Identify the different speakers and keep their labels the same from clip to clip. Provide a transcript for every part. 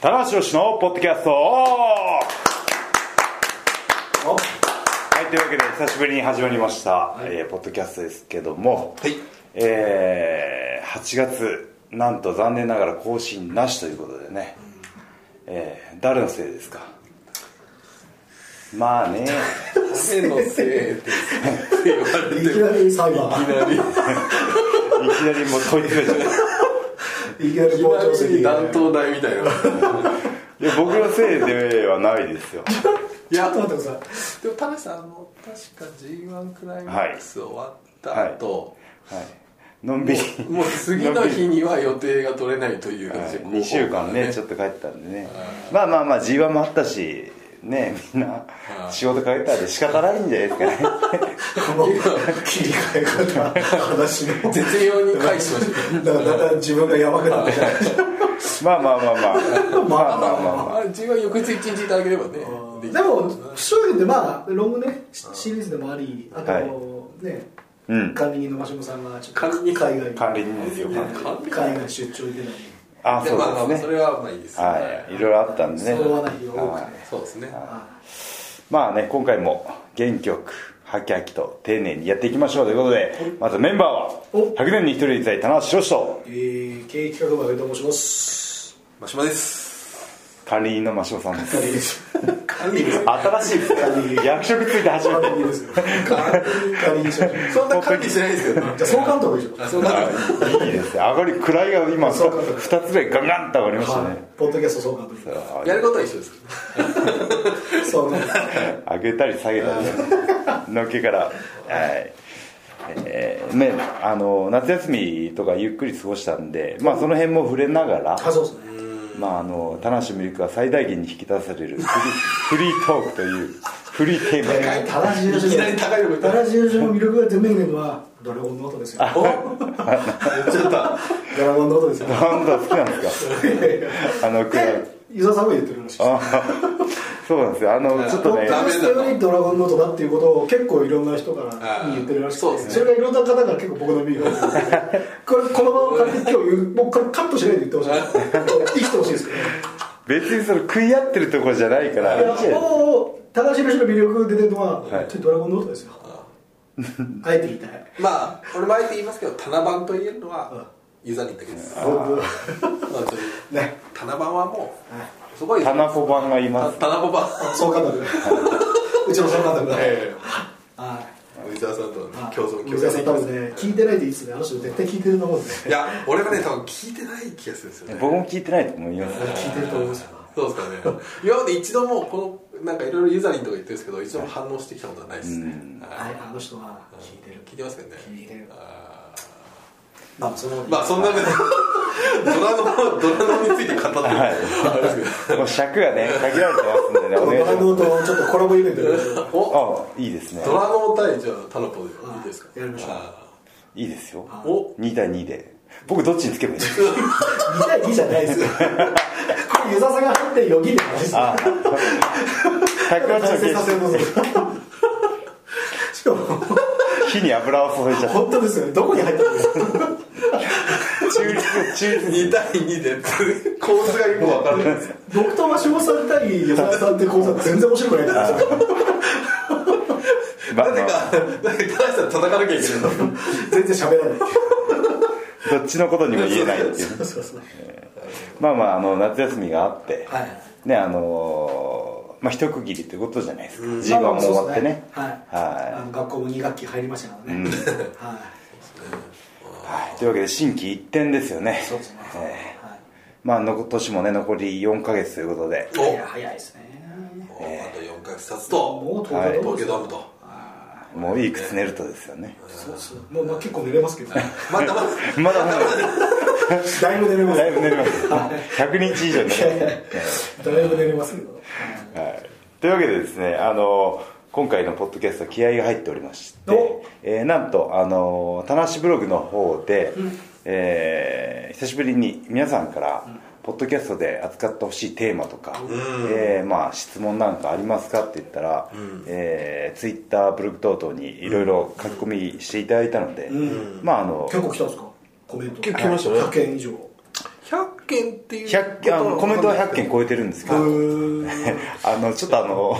Speaker 1: 高橋宏のポッドキャストはいというわけで久しぶりに始まりました、えーポッドキャストですけども、
Speaker 2: はい
Speaker 1: えー8月なんと残念ながら更新なしということでね、えー誰のせいですかまあね
Speaker 2: 誰のせいですって言われ
Speaker 3: いき
Speaker 2: て
Speaker 3: なり裁判
Speaker 2: いきなりい
Speaker 1: いきなりもう問い詰めちゃっ
Speaker 3: いきなり
Speaker 2: き
Speaker 3: 傍聴
Speaker 2: なり
Speaker 3: 席
Speaker 2: 断頭台みたいな
Speaker 1: たいや僕のせいではないですよ
Speaker 2: いや
Speaker 3: ちょっと待ってくださ
Speaker 2: でも田中さんも確か G1 クライマックス終わった後、
Speaker 1: はいのんびり
Speaker 2: もう次の日には予定が取れないという形で、
Speaker 1: 2週間ねちょっと
Speaker 2: と
Speaker 1: 帰ったんでねまあまあまあ g 1もあったしねみんな
Speaker 2: うん
Speaker 1: 仕事帰ったんで仕方ないんじゃないですかね
Speaker 3: いこの切り替え方話のだ
Speaker 2: 絶妙に返しまし
Speaker 3: からだんだん自分がやばくなってきた
Speaker 1: まあまあまあまあまあまあまあ
Speaker 2: た
Speaker 1: ま
Speaker 2: あれ G1 翌日一日いただければねき
Speaker 3: でも不祥事ってまあロングねシシリーズでもありあと、
Speaker 1: はい
Speaker 3: ね
Speaker 1: うん
Speaker 3: 管理人の真下さんがちょっと
Speaker 2: 管理人
Speaker 3: 海外
Speaker 1: 管理人ですよ管理人
Speaker 3: 海外出張行けない
Speaker 1: あ
Speaker 2: でまあ
Speaker 1: そ
Speaker 2: ま
Speaker 1: う
Speaker 2: あ
Speaker 1: です
Speaker 2: そ
Speaker 1: ね
Speaker 2: れはまあいいです
Speaker 1: はいいろいろあったんでね
Speaker 3: そうはない日が多くて
Speaker 1: はい
Speaker 2: そうですね
Speaker 1: まあね今回も元気よくハキハキと丁寧にやっていきましょうということでまずメンバーは
Speaker 3: お
Speaker 1: 100年に一人でいたい田中宏と
Speaker 3: えー、経営企画部上と申します
Speaker 2: 真島です
Speaker 1: 管理人の真塩さん です
Speaker 3: 管理です
Speaker 2: 管理人
Speaker 1: 新しいですね 役職ついて初め
Speaker 3: 管
Speaker 1: て
Speaker 3: 理人ですよ管理人しましょう
Speaker 2: そんな管理してないですけどね
Speaker 3: じゃあ総監督でしょ
Speaker 2: あそうだ
Speaker 1: いいですね上がり位が今
Speaker 3: そうかそうか
Speaker 1: 2つぐらいガンガンと上がりました
Speaker 3: はい
Speaker 1: ね
Speaker 3: ポッドキャスト総監督
Speaker 2: やることは一緒ですか
Speaker 3: 総監督
Speaker 1: 上げたり下げたりのっけからはいえーねあの夏休みとかゆっくり過ごしたんで、まあ、その辺も触れながら、
Speaker 3: あそうですね
Speaker 1: まあ、あの田無美由紀が最大限に引き出されるフリーフリートークというフリーテーマで
Speaker 3: タラジオ
Speaker 2: いきなり高いとこ行った
Speaker 3: タラジオの魅力が全面に出るのはドラゴンの音ですよ
Speaker 2: お言っちゃった
Speaker 3: ドラゴンの音ですよ
Speaker 1: なんだ好きなんですかあのくらい
Speaker 3: で湯沢さんも言ってるらしいです
Speaker 1: あそうなんですよあのちょっとね
Speaker 3: ダメだよりドラゴンの音だっていうことを結構いろんな人からに言ってるらし
Speaker 2: そう
Speaker 3: く
Speaker 2: で
Speaker 3: て
Speaker 2: すね
Speaker 3: それがいろんな方が結構僕のビールをこれこのまま借りて今日言うもうこれカットしないで言ってほしい生きてほしいですけど
Speaker 1: 別にその食い合ってるとこじゃないから
Speaker 3: いやもう正しいの魅力が出てるのは
Speaker 1: はい
Speaker 3: 本当にドラゴンの音ですよあえて言いたい
Speaker 2: まあ俺もあえて言いますけど七番と言えるのはユーザーにだけです
Speaker 3: 本
Speaker 2: 本当に
Speaker 3: 当ね
Speaker 2: 七番はもうそこは
Speaker 1: タナコ版がい
Speaker 2: た
Speaker 1: ます
Speaker 2: 七番は
Speaker 3: 総監 督うちの総監督だ
Speaker 2: え
Speaker 3: はい
Speaker 2: えユーザーさんとの
Speaker 3: あ
Speaker 2: 共存
Speaker 3: 水
Speaker 2: 共
Speaker 3: 谷さん多分
Speaker 2: 存
Speaker 3: ね聞いてないでいいっすねあの人絶対聞いてると思うんで
Speaker 2: いや俺はね多分聞いてない気がするんですよね
Speaker 1: 僕も聞いてないと思います
Speaker 3: 聞いてると思うんですよ
Speaker 2: そうですかね今まで一度もこのなんかいろいろユーザーにとか言ってるんですけど一度も反応してきたことはないですね
Speaker 3: はいあの人は聞いてる
Speaker 2: 聞いてますけどね
Speaker 3: 聞いてる
Speaker 2: あー
Speaker 3: まあその
Speaker 2: まあそんなことドラのドラのについて語ってるあれですけど
Speaker 1: もう尺がね限られてますんでね
Speaker 3: こ
Speaker 1: お
Speaker 3: の
Speaker 1: 願い
Speaker 3: バン
Speaker 1: しま
Speaker 3: ドとちょっとコラボイベント やりましょう
Speaker 2: お
Speaker 1: すあいいですね
Speaker 2: ドラの対じゃあタナポでいいですか
Speaker 3: やりましょう
Speaker 2: あ
Speaker 1: いいですよ
Speaker 2: ーお
Speaker 1: 2対2で僕どっちにつけばいいですか
Speaker 3: 2対2じゃないですよこれ湯沢さんが入ってよぎる話ですよ
Speaker 1: あ180
Speaker 3: 大切な
Speaker 1: 度
Speaker 3: 線路しかも
Speaker 1: 火に油を注いじゃっ
Speaker 3: 本当ですよねどこに入ったんですか
Speaker 1: た中立中立
Speaker 2: 2対2で構図がよく分からないです
Speaker 3: 僕と真下さん対湯沢さんって講座全然面白くないじゃないですか
Speaker 1: ま
Speaker 2: なぜかなぜか田中さん叩かなきゃいけないの
Speaker 3: 全然喋らない
Speaker 1: まあどっちのことにも言えないっていう
Speaker 3: そうそうそう
Speaker 1: まあまああの夏休みがあって
Speaker 3: はい
Speaker 1: ねあのーまあ一区切りってことじゃないですか
Speaker 2: うん
Speaker 1: G1 も終わってね
Speaker 3: まあまあそうですねはいあ
Speaker 1: は
Speaker 3: の学校も2学期入りましたからね
Speaker 1: うん
Speaker 3: はい
Speaker 1: いはいというわけで新規一点ですよね
Speaker 3: そうですね。
Speaker 1: ええ
Speaker 3: は
Speaker 1: まあ残年もね残り4か月ということで
Speaker 3: い。早い早いですね。
Speaker 2: おあと4ヶ月経つと
Speaker 3: もう10日どう
Speaker 2: 東
Speaker 3: で
Speaker 2: 京
Speaker 3: す
Speaker 2: ドー
Speaker 3: か
Speaker 2: ムと
Speaker 1: もういい靴寝るとですよね
Speaker 3: そうそう。もうまあ結構寝れますけど。
Speaker 2: まだまだ
Speaker 1: まだまだ
Speaker 3: だいぶ寝れます。
Speaker 1: だいぶ寝れます100日以上寝れ ます
Speaker 3: だいぶ寝れますけど。
Speaker 1: はい、というわけでですねあの今回のポッドキャスト気合が入っておりまして
Speaker 3: お、
Speaker 1: えーなんとあの田無ブログの方で、えー久しぶりに皆さんから、ポッドキャストで扱ってほしいテーマとか、えーまあ、質問なんかありますかって言ったら、えツイッター Twitter ブログ等々にいろいろ書き込みしていただいたので、まああの
Speaker 3: 結構来たんですかコメント。
Speaker 2: 結構来ましたね
Speaker 3: 100件以上。
Speaker 2: 100件っていう
Speaker 1: 100件あのコメントは100件
Speaker 2: え
Speaker 1: 超えてるんですけどあのちょっとあの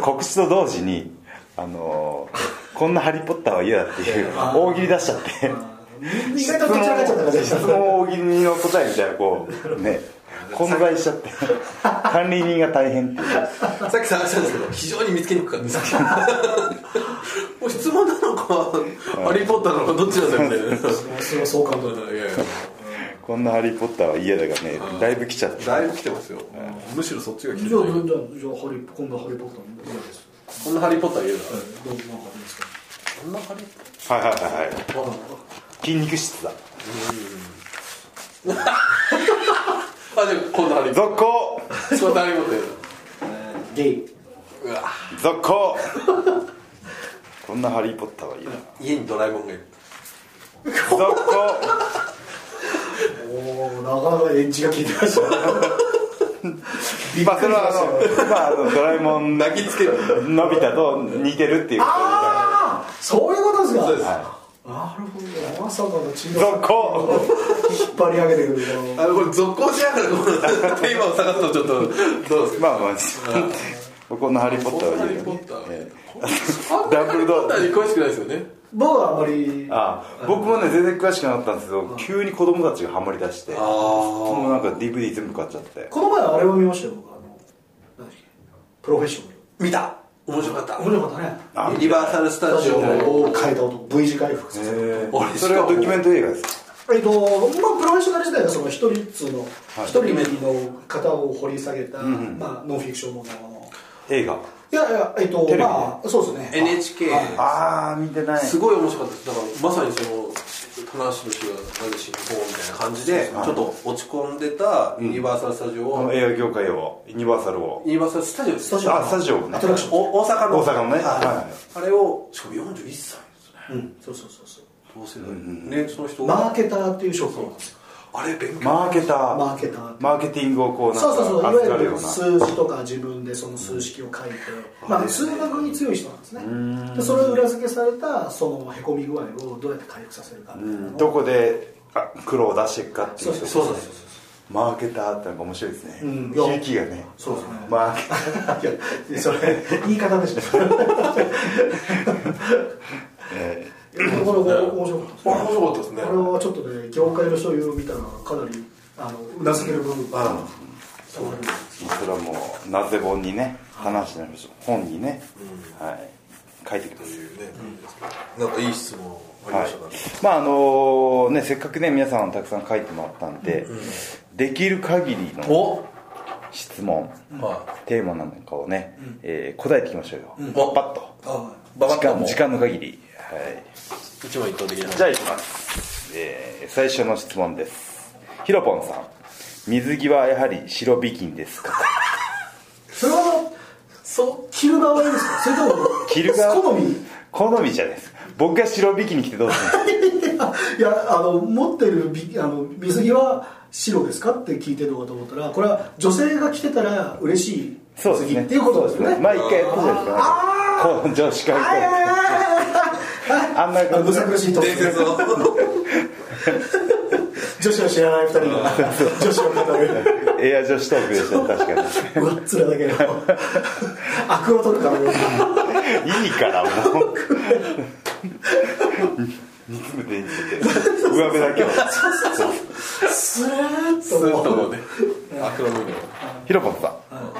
Speaker 1: 告知と同時にあのこんな「ハリー・ポッター」は嫌だっていう大喜利出しちゃって
Speaker 3: 意外とどちらかっちゃったからね
Speaker 1: 質問大喜利の答えみたいなこうね混在しちゃって管理人が大変っていう
Speaker 2: さっき探したんですけど非常に見つけにくかったですもう質問なのかハリー・ポッターなのかどっちなんだよみたいな
Speaker 3: それはそうか
Speaker 2: い
Speaker 3: と
Speaker 2: やいや
Speaker 1: こんな「ハリー・ポッター」は嫌だがねだいぶ来ちゃって
Speaker 2: だいぶ来てますよむしろそっちが来
Speaker 3: じ
Speaker 2: て
Speaker 3: ゃあ
Speaker 2: る
Speaker 3: じゃあじゃあハリ今度はハリー・ポッターの嫌です
Speaker 2: こんなハリー・ポッター言うな
Speaker 3: どうなんかありますか
Speaker 2: こんなハリー・ポッ
Speaker 1: はいはいはいはい
Speaker 2: ター
Speaker 1: 筋肉質だ
Speaker 2: あ、じゃあこんなハリー・ポッ
Speaker 1: 続行
Speaker 2: タ ーこんなハリー・ポッター
Speaker 3: ゲイ
Speaker 2: 言うなうわ
Speaker 1: 続行こんな「ハリー・ポッター」は嫌だ
Speaker 2: 家にドラえもんがいる
Speaker 1: 続行
Speaker 3: おーなかなかエッジが効いてましたねびっ
Speaker 1: まあ
Speaker 3: く
Speaker 1: そ
Speaker 3: り
Speaker 1: れ
Speaker 3: し
Speaker 1: は
Speaker 3: ま
Speaker 1: あの、
Speaker 3: したよ
Speaker 1: まあ、あのドラえもん
Speaker 2: 泣きつける
Speaker 1: のび太と似てるっていうこ
Speaker 3: ああそういうことですか
Speaker 2: そうです
Speaker 3: なるほどまさかの血
Speaker 1: とで続
Speaker 3: の
Speaker 1: 行
Speaker 3: 引っ張り上げてくるこ
Speaker 2: あのこれ続行しながらこのテーマを探すのちょっとどうですか
Speaker 1: まあまあこんな「ハリー・ポッター」は
Speaker 2: ハリ
Speaker 1: 嫌だ
Speaker 2: ー・ポ
Speaker 1: ね
Speaker 2: ッタ
Speaker 1: え
Speaker 2: ー
Speaker 1: え
Speaker 2: ダブルドアに詳しくないですよね
Speaker 3: の僕はあまり
Speaker 1: あ僕もね全然詳しくなかったんですけど急に子供たちがハマりだしても
Speaker 2: あ
Speaker 1: うなんか DVD 全部買っちゃって
Speaker 3: この前あれを見ましたよ僕あの何だっけプロフェッショナル
Speaker 2: 見た面白かった
Speaker 3: 面白かったね
Speaker 1: あ
Speaker 2: リバーサル・スタジオ
Speaker 3: を変えた男 V 字回復させた
Speaker 1: え
Speaker 2: 俺
Speaker 1: えそれはドキュメント映画です
Speaker 3: えっと、まあ、プロフェッショナル時代はその一人っつうの一人の方を掘り下げた、まあ、ノンフィクションものの
Speaker 1: 映画
Speaker 3: いやいやえっと
Speaker 1: テレビ
Speaker 3: まあそうですね
Speaker 2: NHK
Speaker 3: はい
Speaker 1: ああ見てない
Speaker 2: すごい面白かったですだからまさにその棚橋宏がなぜ進行みたいな感じでちょっと落ち込んでたユニバーサル・スタジオ
Speaker 1: こ
Speaker 2: を
Speaker 1: の映画業界をユニバーサルを
Speaker 2: ユニバーサル・スタジオです
Speaker 3: スタジオ
Speaker 1: あスタジオね
Speaker 3: アトラクション
Speaker 2: お大阪の
Speaker 1: 大阪のね
Speaker 2: は
Speaker 1: はい
Speaker 2: あれをしかも41歳ですね
Speaker 3: うんそうそうそうそう
Speaker 2: 同世代ねその人
Speaker 3: マーケターっていう職業なんですよ
Speaker 2: あれ勉強
Speaker 1: マーケター
Speaker 3: マーケター
Speaker 1: マーケティングをこうなん
Speaker 3: そうそうそうい
Speaker 1: か
Speaker 3: わ
Speaker 1: 扱う
Speaker 3: ゆ
Speaker 1: よう
Speaker 3: る
Speaker 1: な
Speaker 3: 数字とか自分でその数式を書いて、まあ、数学に強い人なんですねでそれを裏付けされたそのへこみ具合をどうやって回復させるかみたいなのを
Speaker 1: どこであ苦労を出していくかっていうところ
Speaker 2: そうなんですよ
Speaker 1: マーケターってなんか面白いですね、
Speaker 3: うん
Speaker 1: 響きがね
Speaker 3: そうですね
Speaker 1: マーケター
Speaker 3: いやそれ言い方でしょと
Speaker 1: え
Speaker 3: ころが面白かったです
Speaker 2: あ
Speaker 3: ね
Speaker 2: 面白かったですね
Speaker 3: これはちょっとね業界の人を見たらかなりあのうなずける部分があそうなんです
Speaker 1: ーそれはもうなぜ本にね話してない本にね、はい書いてください
Speaker 2: なんかいい質問ありま
Speaker 1: はい
Speaker 2: したかね、
Speaker 1: まああのねせっかくね皆さんたくさん書いてもらったんで、できる限りの
Speaker 2: お
Speaker 1: 質問、
Speaker 2: は
Speaker 1: テーマなんかをね、えー答えていきましょうよ、
Speaker 2: ん
Speaker 1: パッと
Speaker 3: あ
Speaker 2: ババッ
Speaker 1: 時
Speaker 2: とも
Speaker 1: 間時間の限り、はい、
Speaker 2: い一問一答的な
Speaker 1: じゃあいきます、えー最初の質問ですひろぽんさん水着はやはり白ビキンですか
Speaker 3: それはそう着る側がいいですかそれとも
Speaker 1: 着る側
Speaker 3: 好み
Speaker 1: 好みじゃないです僕が白ビキニ着てどうするんで
Speaker 3: いやあの持ってるビあの水着は白ですかって聞いてるのかと思ったらこれは女性が着てたら嬉しい
Speaker 1: すか
Speaker 3: 水着っていうことですよね。
Speaker 1: 毎回やってるじゃないですかこの女子会
Speaker 3: あいやいやいや
Speaker 1: 行
Speaker 3: いや
Speaker 1: あん な
Speaker 3: あ
Speaker 1: 感
Speaker 3: む
Speaker 1: じ
Speaker 3: さ苦しいと思
Speaker 2: 伝説の
Speaker 3: 女子を知らない二 人が女子を語る
Speaker 1: エア女子トークでしたね確か
Speaker 3: うわっつらだけど悪を取るかのように
Speaker 1: にいいからも う煮詰めて煮詰めて上辺だけを
Speaker 3: スーッ
Speaker 2: そういうとこ
Speaker 3: とも
Speaker 2: ろ
Speaker 3: う
Speaker 2: ね悪の部分
Speaker 1: ひろぽんさ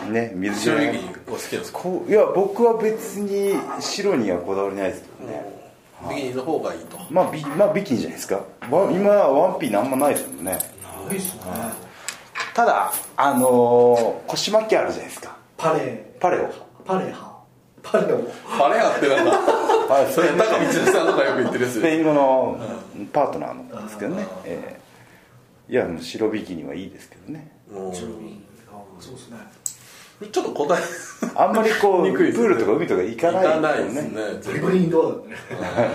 Speaker 1: んね水着
Speaker 2: 白
Speaker 1: は
Speaker 2: いビキニお好きなんですか
Speaker 1: こういや僕は別に白にはこだわりないですけどね、
Speaker 2: ビキニの方がいいと
Speaker 1: まあビまあビキニじゃないですかわ今ワンピーなんもないですもんね
Speaker 3: いいっすね
Speaker 1: ただあのー腰巻きあるじゃないですか
Speaker 3: パレ
Speaker 1: パレオ
Speaker 3: パレハパレオ
Speaker 2: あれやってなんだ
Speaker 1: あそ
Speaker 2: そ
Speaker 1: れ
Speaker 2: れ高道さんとかよく言ってるやつ
Speaker 1: スペイン語のパートナーのですけどね、ええいやもう白ビキニはいいですけどね
Speaker 2: うん
Speaker 3: ちなみにあそうですね
Speaker 2: ちょっと答え
Speaker 1: あんまりこ う、
Speaker 2: に
Speaker 1: プ
Speaker 2: くいですね
Speaker 1: ールとか海とか行か
Speaker 2: いか
Speaker 1: な
Speaker 2: ないい
Speaker 1: んで
Speaker 2: で
Speaker 1: すすよ
Speaker 2: ね
Speaker 1: ね
Speaker 3: テレビインドアだね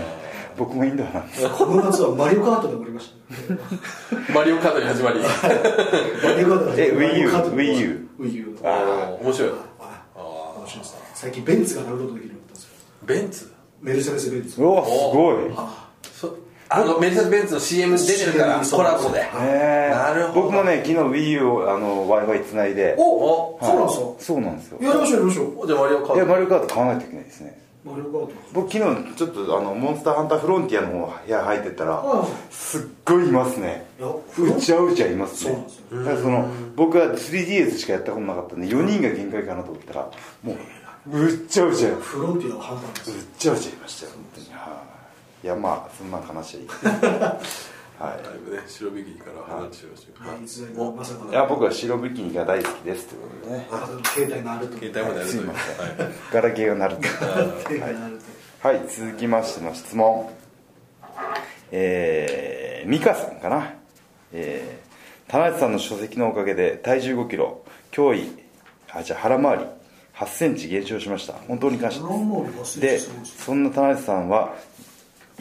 Speaker 1: 僕もインドアなんです
Speaker 3: この夏はマリオカートで乗りましたね
Speaker 2: マリオカートに始まり
Speaker 3: マリオカートで
Speaker 1: え Wii U
Speaker 3: マリオカートで
Speaker 1: Wii U
Speaker 3: Wii U
Speaker 1: あ
Speaker 2: おー面白い
Speaker 3: 楽しみですね最近ベンツが乗ることできるようになったんですよ
Speaker 2: ベンツ
Speaker 3: メルセデス・ベンツ
Speaker 1: うわすごい
Speaker 2: そあのメルセデス・ベンツの CM 出てるから
Speaker 3: CM
Speaker 2: コラボで
Speaker 1: えー
Speaker 2: なるほど
Speaker 1: 僕もね昨日 WiiU をあの w i f i つないで
Speaker 2: おお
Speaker 1: はい
Speaker 3: そうなんですよ
Speaker 1: そうなんですよ
Speaker 3: やりましょうやりましょう
Speaker 2: じゃあマリオカ
Speaker 1: いや
Speaker 2: ー
Speaker 1: マ
Speaker 2: ト
Speaker 1: リオカート買わないといけないですね
Speaker 3: マリオカート
Speaker 1: 僕昨日ちょっとあのモンスターハンターフロンティアの方部屋入ってったら
Speaker 3: あ
Speaker 1: すっごいいますね
Speaker 3: いや
Speaker 1: うちゃうちゃいます
Speaker 3: そうな
Speaker 1: ね
Speaker 3: んですよ
Speaker 1: だからその僕は 3DS しかやったことなかったんで4人が限界かなと思ったらもううっちゃうちゃうっ
Speaker 3: フロンティアは半端ないです
Speaker 1: ちゃうちゃいましたよ本当にはいいやまあそんな話はいいはい
Speaker 2: だいぶね白ビキニから話しました
Speaker 3: はいいつだ
Speaker 2: お
Speaker 3: かまさかの
Speaker 1: いや僕は白ビキニが大好きですということでね
Speaker 3: あなたの携帯があると
Speaker 2: 携帯までやるというはい
Speaker 1: ガラケーが鳴ると
Speaker 3: 携帯があると
Speaker 1: はい続きましての質問えー、美香さんかなえー、田中さんの書籍のおかげで体重5キロ脅威あじゃあ腹回り8センチ減少しました本当に感謝
Speaker 3: 腹回り8センチ
Speaker 1: です
Speaker 3: ごい
Speaker 1: で
Speaker 3: ですね
Speaker 1: そんな田中さんは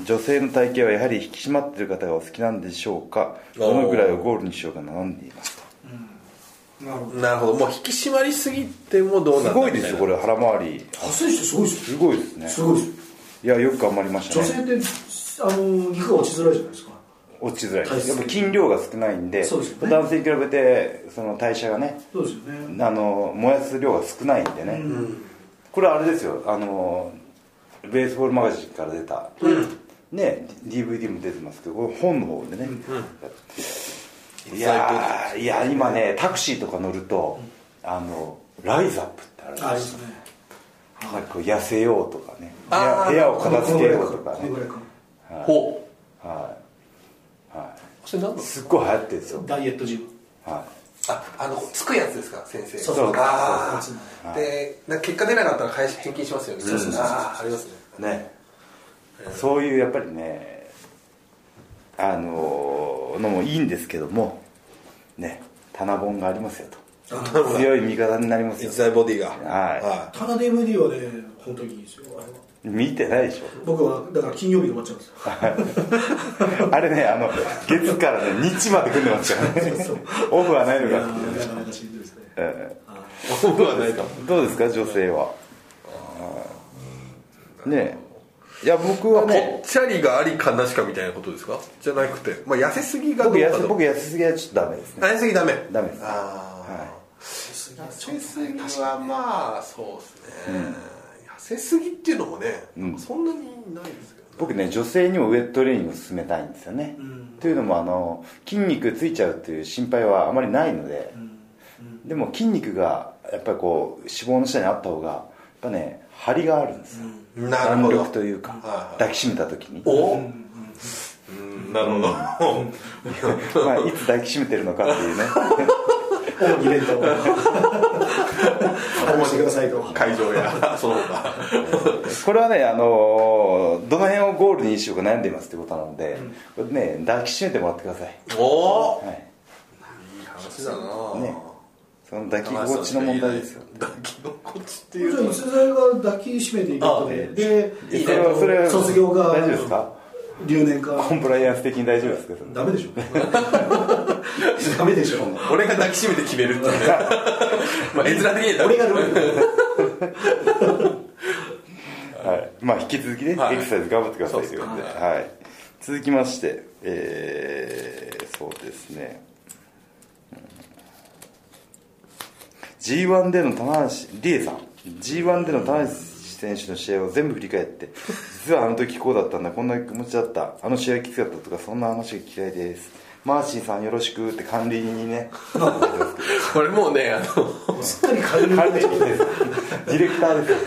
Speaker 1: 女性の体型はやはり引き締まっている方がお好きなんでしょうかどのぐらいをゴールにしようか悩んでいますと
Speaker 3: なるほど
Speaker 2: なるほどもう引き締まりすぎてもどう
Speaker 1: す
Speaker 2: なんだ
Speaker 1: ご
Speaker 2: み
Speaker 1: い
Speaker 2: た
Speaker 1: で
Speaker 2: いな
Speaker 1: すよこれ腹回り
Speaker 3: 8センチってすごいです
Speaker 1: す
Speaker 3: よ
Speaker 1: ごいですね
Speaker 3: すごいです
Speaker 1: いやよく頑張りました
Speaker 3: 女
Speaker 1: ね
Speaker 3: 性ってあの肉が落ちづらいじゃないですか
Speaker 1: 落ちづらい
Speaker 3: 体
Speaker 1: で
Speaker 3: 質
Speaker 1: すやっぱ筋量が少ないんで
Speaker 3: そうですよね
Speaker 1: 男性に比べてその代謝がね
Speaker 3: そうですよね
Speaker 1: あの燃やす量が少ないんでね、これあれですよあのベースボールマガジンから出た、ね DVD も出てますけどこれ本の方でね、いやーいや今ねタクシーとか乗ると、あのライズアップってあるんです
Speaker 3: あ
Speaker 1: よ
Speaker 3: れですね
Speaker 1: なんかこう痩せようとかね部
Speaker 2: あ
Speaker 1: 屋
Speaker 2: ー
Speaker 1: 部屋を片付けようとか
Speaker 3: この
Speaker 1: ね
Speaker 3: ぐらいか
Speaker 2: ほ
Speaker 1: はい、は
Speaker 2: うそれ何
Speaker 1: い、
Speaker 2: の
Speaker 1: すっごい流行ってるんですよ、
Speaker 3: ダイエットジム
Speaker 1: はい
Speaker 2: ああのつくやつですか先生
Speaker 3: そう
Speaker 1: そうそう
Speaker 2: あ
Speaker 3: そう
Speaker 1: そう
Speaker 2: あでなんか結果出なかったら返し返金しますよね
Speaker 1: そうそうそう
Speaker 2: ああありますね
Speaker 1: ね、そういうやっぱりねあののもいいんですけどもね棚本がありますよと強い味方になりますよ
Speaker 2: 一材ボディが
Speaker 1: はい
Speaker 3: タナ DVD はね本当にいいですよあれは
Speaker 1: 見てないでしょ
Speaker 3: 僕はだから金曜日で終わっちゃうんです よ
Speaker 1: あれねあの月からね日まで組んでますからね
Speaker 3: そう
Speaker 1: オフはないの
Speaker 3: いや
Speaker 1: かっていう
Speaker 3: ーなかなかしんどいですね
Speaker 1: え
Speaker 2: 僕はないかも
Speaker 1: えどうですか女性はねえいや僕は
Speaker 2: ぽ
Speaker 1: ね
Speaker 2: っちゃりがありかなしかみたいなことですかじゃなくて、まあ、痩せすぎがどう
Speaker 1: 僕
Speaker 2: か
Speaker 1: 痩
Speaker 2: と
Speaker 1: せ僕痩せすぎはちょっとダメですね
Speaker 2: 痩せすぎダメ
Speaker 1: ダメです
Speaker 2: ああ、
Speaker 1: は
Speaker 2: 痩せすぎはまあそうですね、痩せすぎっていうのもね、そんなにないですけどね
Speaker 1: 僕ね女性にもウエットトレーニングを勧めたいんですよね、というのもあの筋肉ついちゃうっていう心配はあまりないので、でも筋肉がやっぱりこう脂肪の下にあった方がやっぱね張りがあるんですよ、
Speaker 2: なるほど
Speaker 1: 弾力というか、
Speaker 2: はい
Speaker 1: 抱きしめた時に、
Speaker 2: おうんなるほど
Speaker 1: まあ、いつ抱きしめてるのかっていう ね
Speaker 3: 主にイベントを話してくださいと
Speaker 2: 会場やその他
Speaker 1: これはねあのどの辺をゴールにしようか悩んでいますってことなので、これね抱きしめてもらってください、
Speaker 2: おお
Speaker 1: はい
Speaker 2: いい話だな
Speaker 1: ねその抱き心地の問題ですよ
Speaker 2: 抱き心地って
Speaker 3: じゃ
Speaker 2: いう
Speaker 3: あ
Speaker 2: の
Speaker 3: 逸材が抱きしめていくことで
Speaker 2: あ
Speaker 3: で
Speaker 1: いやそれはそれは
Speaker 3: 卒業が
Speaker 1: 大丈夫ですか
Speaker 3: 留年か
Speaker 1: コンプライアンス的に大丈夫ですかそれ
Speaker 3: ダメでしょダメでしょ
Speaker 2: 俺が抱きしめて決めるっていうねまあ絵面的にはダメ
Speaker 3: 俺がルール
Speaker 1: はい、まあ引き続きね、
Speaker 2: はい
Speaker 1: エクササイズ頑張ってくださいと
Speaker 2: そう
Speaker 1: い
Speaker 2: です
Speaker 1: う
Speaker 2: ね
Speaker 1: ことで、はい、続きまして、えー、そうですね、g 1での棚橋理恵さん g 1での棚橋選手の試合を全部振り返って実はあの時こうだったんだこんな気持ちだったあの試合きつかったとかそんな話が聞きたいですマーシーさんよろしくって管理人にね
Speaker 2: これもうねあの
Speaker 3: すっかり管理
Speaker 1: 管理人 ですディレクターです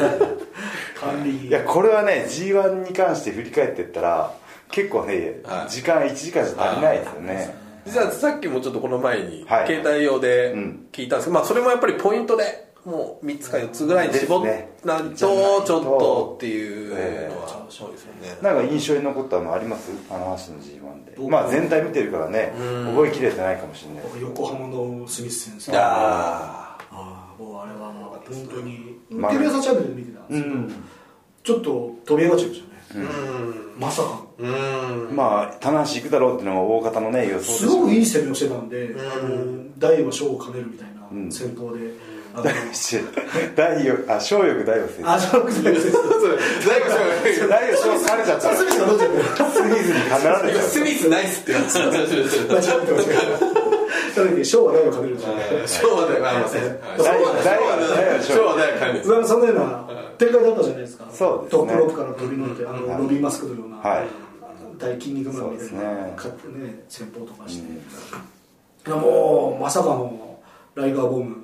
Speaker 3: 管理
Speaker 1: いやこれはね g 1に関して振り返っていったら結構ね、
Speaker 2: はい
Speaker 1: 時間1時間じゃ足りないですよね
Speaker 2: 実はさっきもちょっとこの前に
Speaker 1: はい
Speaker 2: 携帯用で
Speaker 1: うん
Speaker 2: 聞いたんですけど、まあ、それもやっぱりポイントでもう3つか4つぐらいに絞っな
Speaker 1: で
Speaker 2: いとち
Speaker 1: すね
Speaker 2: ょっとっていうのは
Speaker 1: え
Speaker 2: そうですよね
Speaker 1: なんか印象に残ったのありますあの橋の g 1で
Speaker 3: 僕
Speaker 1: まあ全体見てるからね覚えきれてないかもしれないです
Speaker 3: 横浜のスミス先生
Speaker 2: いや
Speaker 3: ああもうあれはもう本当に
Speaker 1: まあ
Speaker 3: テレ朝チャンネルで見てたん
Speaker 1: う
Speaker 3: ですけど、
Speaker 1: ん
Speaker 3: ちょっと飛び上がっちゃいましたね、
Speaker 2: ーうん
Speaker 3: まさかの
Speaker 2: うん
Speaker 1: まあ棚橋行くだろうっていうのが大方のね予想でし
Speaker 3: す
Speaker 1: た
Speaker 3: ごくいい攻めをしてたんで、あの大は小を兼ねるみたいな
Speaker 1: うん
Speaker 3: 戦法で、
Speaker 1: 第一第四あ小翼大王先
Speaker 3: あ、そうですね。
Speaker 2: 大悟さ
Speaker 1: 生大王小翼枯れちゃった
Speaker 3: スミ スがどっちだった
Speaker 1: スミスに必
Speaker 2: ん今
Speaker 1: ず
Speaker 2: スミスナイスって言われて
Speaker 3: 間違ってました。その時、ショーは何をかけるんですか
Speaker 2: 昭和だよ、ありません。昭和だよ、昭和だよ、神です。
Speaker 3: まあそのような展開だったじゃないですか。
Speaker 1: そうですね
Speaker 3: トップロープから飛び乗って、あの、ロビーマスクのような、
Speaker 1: はい
Speaker 3: 大筋肉マンみたいな、
Speaker 1: そ
Speaker 3: かね、戦法とかして。いやもう、まさかの、ライガーボム。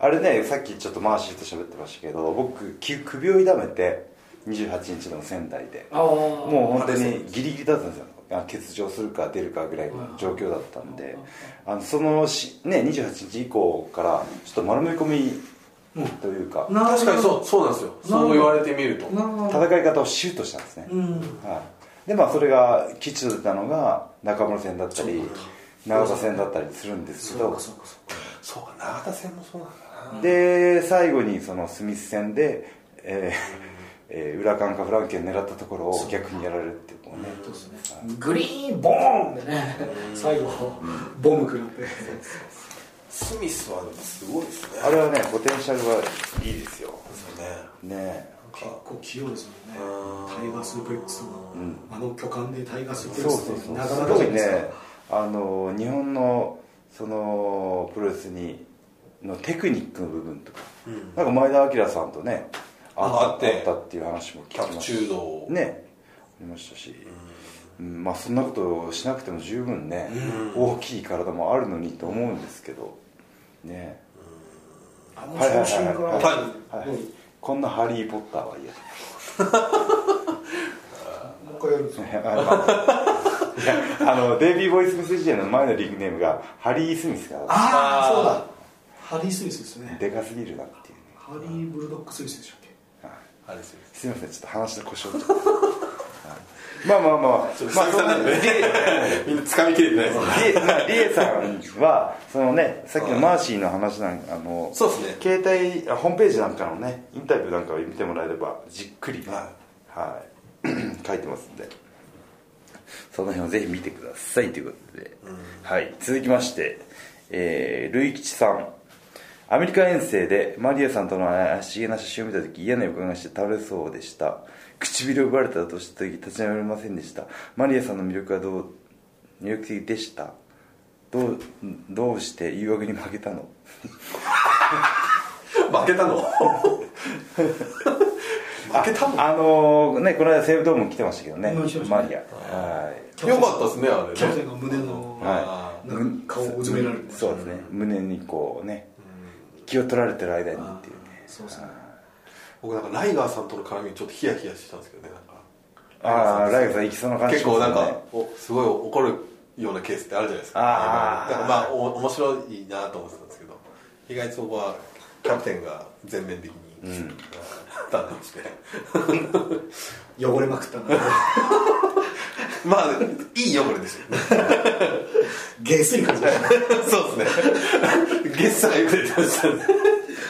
Speaker 1: あれねさっきちょっとマーシーと喋ってましたけど僕き首を痛めて28日の仙台で
Speaker 3: ああ、
Speaker 1: もう本当
Speaker 3: あれ
Speaker 1: にギリギリだったんですよあ欠場するか出るかぐらいの状況だったんであのそのし、ね、28日以降からちょっと丸め込みというか、
Speaker 3: な
Speaker 2: 確かにそう、そうなんですよ。そう言われてみると。
Speaker 3: なるほど。
Speaker 1: 戦い方をシュートしたんですね、
Speaker 3: うん。
Speaker 1: はい、でまあそれが吉と出たのが中村戦だったり長田戦だったりするんですけ
Speaker 3: そう
Speaker 1: ど
Speaker 3: か、そうか、そうか。
Speaker 2: そうか、永田戦もそうなんだな。
Speaker 1: で最後にそのスミス戦で、えーえー、裏カンかフランケン狙ったところを逆にやられるっていうもうね
Speaker 3: そうですね、グリーンボーンでね最後ボム食らって
Speaker 2: スミスはでもすごいですね。
Speaker 1: あれはねポテンシャルはいいですよ
Speaker 2: そうね。
Speaker 1: ね
Speaker 3: 結構器用ですよね
Speaker 2: うん
Speaker 3: タイガースープレックスとかあの巨漢でタイガースープ
Speaker 1: そう
Speaker 3: レック
Speaker 1: そう
Speaker 3: ス
Speaker 1: そ
Speaker 3: って
Speaker 1: う
Speaker 3: なか
Speaker 1: す
Speaker 3: な
Speaker 1: ご
Speaker 3: かじゃないいですか
Speaker 1: ねあの日本のそのプロレスにのテクニックの部分とか、なんか前田明さんとね
Speaker 2: あ
Speaker 1: あ
Speaker 2: あっ
Speaker 1: ってたあったっていう話も聞き
Speaker 2: キャ
Speaker 1: ま
Speaker 2: プ
Speaker 1: し
Speaker 2: チ
Speaker 1: た
Speaker 2: ュードを。
Speaker 1: ねありましたし、うんまあそんなことをしなくても十分ね、大きい体もあるのにと思うんですけどね
Speaker 3: あの写真が
Speaker 1: はいはい、
Speaker 3: もう
Speaker 1: こんな「ハリー・ポッター」は嫌だ
Speaker 3: もう一回やるんですよ
Speaker 1: いやあのデイビー・ボイス・メス時代の前のリングネームがハリー・スミスが
Speaker 3: ああそう
Speaker 2: あ
Speaker 3: だハリー・スミスですね
Speaker 1: でかすぎるなっていうね
Speaker 3: ハリー・ブルドッグ・スミスでしたっけ
Speaker 2: あれですよ。
Speaker 1: すいませんちょっと話の故障とまあまあまあまあ
Speaker 2: ちょっと
Speaker 1: まあ
Speaker 2: 久々なんでね みんな掴みきれてないですね。
Speaker 1: リエまあリエさんはそのねさっきのマーシーの話なんあの
Speaker 2: そうですね
Speaker 1: 携帯あホームページなんかのねインタビューなんかを見てもらえればじっくりね
Speaker 2: は
Speaker 1: はい書いて ますんでその辺をぜひ見てくださいということで、はい続きましてえー、ルイ吉さんアメリカ遠征でマリアさんとの怪しげな写真を見た時嫌な予感がして倒れそうでした唇を奪われたとした時立ち直れませんでしたマリアさんの魅力はどう魅力的でしたどうどうして誘惑に負けたの
Speaker 2: 負けたの負けたの
Speaker 1: あのーねこの間西武ドーム来てましたけどね
Speaker 3: うん来てました
Speaker 1: マ
Speaker 3: ね
Speaker 1: リアはい
Speaker 2: よかったですね、あれね。
Speaker 3: キャプテンが胸の
Speaker 1: は
Speaker 3: なんか顔をうずめられて
Speaker 1: そうですね胸にこうね気を取られてる間にっていうね
Speaker 3: そうですね
Speaker 2: 僕なんかライガーさんとの絡みちょっとヒヤヒヤしてたんですけどねなんか
Speaker 1: ああライガーさん行きそうな感じ
Speaker 2: 結構なん
Speaker 1: しま
Speaker 2: か、
Speaker 1: すね
Speaker 2: おすごい怒るようなケースってあるじゃないですか
Speaker 1: あー
Speaker 2: だからまあお面白いなと思ってたんですけど意外とそこはキャプテンが全面的に、うん、断念して
Speaker 3: 汚れまくったな
Speaker 2: まあいい汚れですよね
Speaker 3: 下水感じだね
Speaker 2: そうですねゲッサーよく出てましたね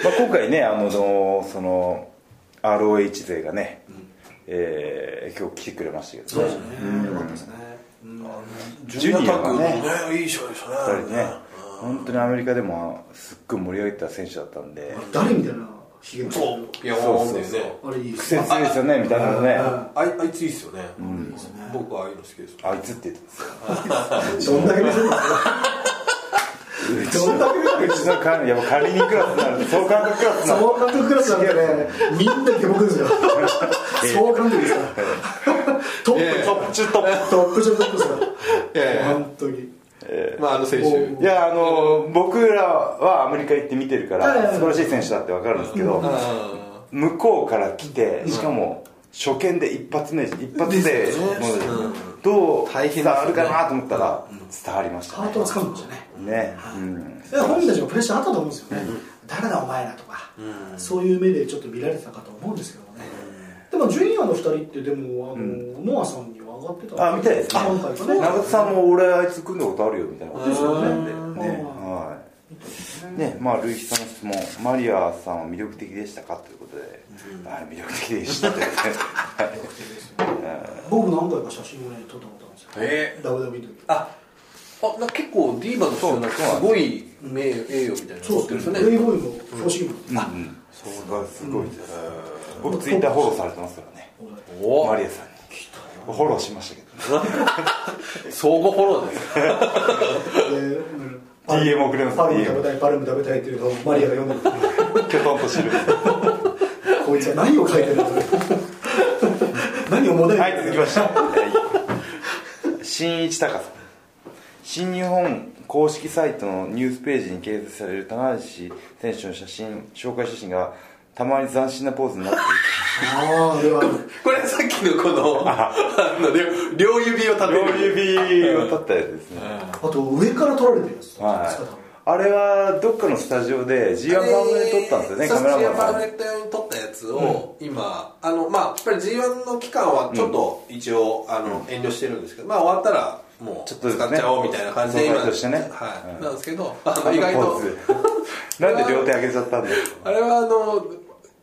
Speaker 1: まあ、今回ねあのその ROH 勢がね、えー今日来てくれましたけどね
Speaker 3: よかったですね
Speaker 1: ジュニアがね
Speaker 2: ねいい勝利でした
Speaker 1: 2人ね本当にアメリカでもすっごい盛り上げた選手だったんで
Speaker 3: 誰みたいなヒゲの人
Speaker 2: そうピヨーンっていうね
Speaker 3: あれいい
Speaker 1: 苦戦強いですよねみたいなのねあ
Speaker 2: あいあいついいっすよね、僕はああいうの好きです
Speaker 1: いつって言ってます
Speaker 3: どんだけ見せるんですか
Speaker 1: ようちの管理やっぱ管理人クラスになるんで総監督クラスになる
Speaker 3: 総監督クラスなんてね、みんな下僕ですよ。総監督ですから。トップ、
Speaker 1: トップ中トッ
Speaker 3: トップ、トップですか
Speaker 2: い
Speaker 3: ら。
Speaker 2: やいや
Speaker 3: 本当に。
Speaker 2: まああの選手
Speaker 3: おう
Speaker 1: プいやあの僕らはアメリカ行って見てるか
Speaker 3: はいはい
Speaker 1: ら素晴らしい選手だって分かるんですけど
Speaker 2: あ
Speaker 1: 向こうから来てしかも初見で一発目一発で
Speaker 2: ですよね
Speaker 1: もう
Speaker 2: うん
Speaker 1: どう
Speaker 2: 大変です
Speaker 1: 伝
Speaker 2: よね
Speaker 1: わるかなと思ったら伝わりました
Speaker 3: ハー
Speaker 1: ね
Speaker 3: トは掴むんでしょうね。
Speaker 1: ねうん
Speaker 3: で本人たちもプレッシャーあったと思うんですよね。誰だお前らとか、そういう目でちょっと見られてたかと思うんですけどね。でもジュニアの二人ってでもあのノアさんには上がってたんですよ
Speaker 1: あみたいですね
Speaker 3: 今回かね。
Speaker 1: 長田さんも俺あいつ組んだことあるよみたいなこと
Speaker 2: ですよね
Speaker 1: なんでねはいねまあルイヒさんの質問マリアさんは魅力的でしたかということで、あ魅力的でした ってね
Speaker 3: 僕何回か写真をね撮ったことあるんですよ。
Speaker 2: え
Speaker 3: WWE の時。
Speaker 2: ああなんか結構ディーバの人なんかすごい名誉栄誉みたいなの持ってるんですよね
Speaker 3: プレイボーイも欲しいもん、
Speaker 1: それがすごいです、僕ツイッターフォローされてますからね
Speaker 2: お
Speaker 1: マリアさんにフォローしましたけど、ね、
Speaker 2: 相互フォローです
Speaker 3: で
Speaker 1: DM 送れます
Speaker 3: パルム食べたいパルム食べたいっていうのをマリアが読んでる
Speaker 1: きょとんとしてる
Speaker 3: こいつは何を書いてるんだろう 何をモデルに
Speaker 1: はい続きまして新一高さん新日本公式サイトのニュースページに掲載される棚橋選手の写真紹介写真がたまに斬新なポーズになってい
Speaker 3: ああでは
Speaker 2: これさっきのこのあの両両指を立て
Speaker 1: る
Speaker 2: る
Speaker 1: 指を立ったやつですね
Speaker 3: あと上から撮られてるやつ、
Speaker 1: はいあれはどっかのスタジオで G1 番組で撮ったんですよね
Speaker 2: そ
Speaker 1: カ
Speaker 2: う
Speaker 1: メラ
Speaker 2: G1
Speaker 1: マン
Speaker 2: パー
Speaker 1: さ
Speaker 2: フ
Speaker 1: ん
Speaker 2: ェクト用に撮ったやつを今あのまあやっぱり G1 の期間はちょっと一応あの遠慮してるんですけどまあ終わったらもう
Speaker 1: ちょっ
Speaker 2: 使
Speaker 1: とで
Speaker 2: っ
Speaker 1: すね
Speaker 2: ちゃおうみたいな感じで
Speaker 1: そう
Speaker 2: 今
Speaker 1: そうしてね
Speaker 2: は
Speaker 1: う
Speaker 2: い
Speaker 1: ん
Speaker 2: なんですけどあの意外
Speaker 1: あのポ
Speaker 2: と
Speaker 1: ーズなんで両手上げちゃったんだよ
Speaker 2: あれはあの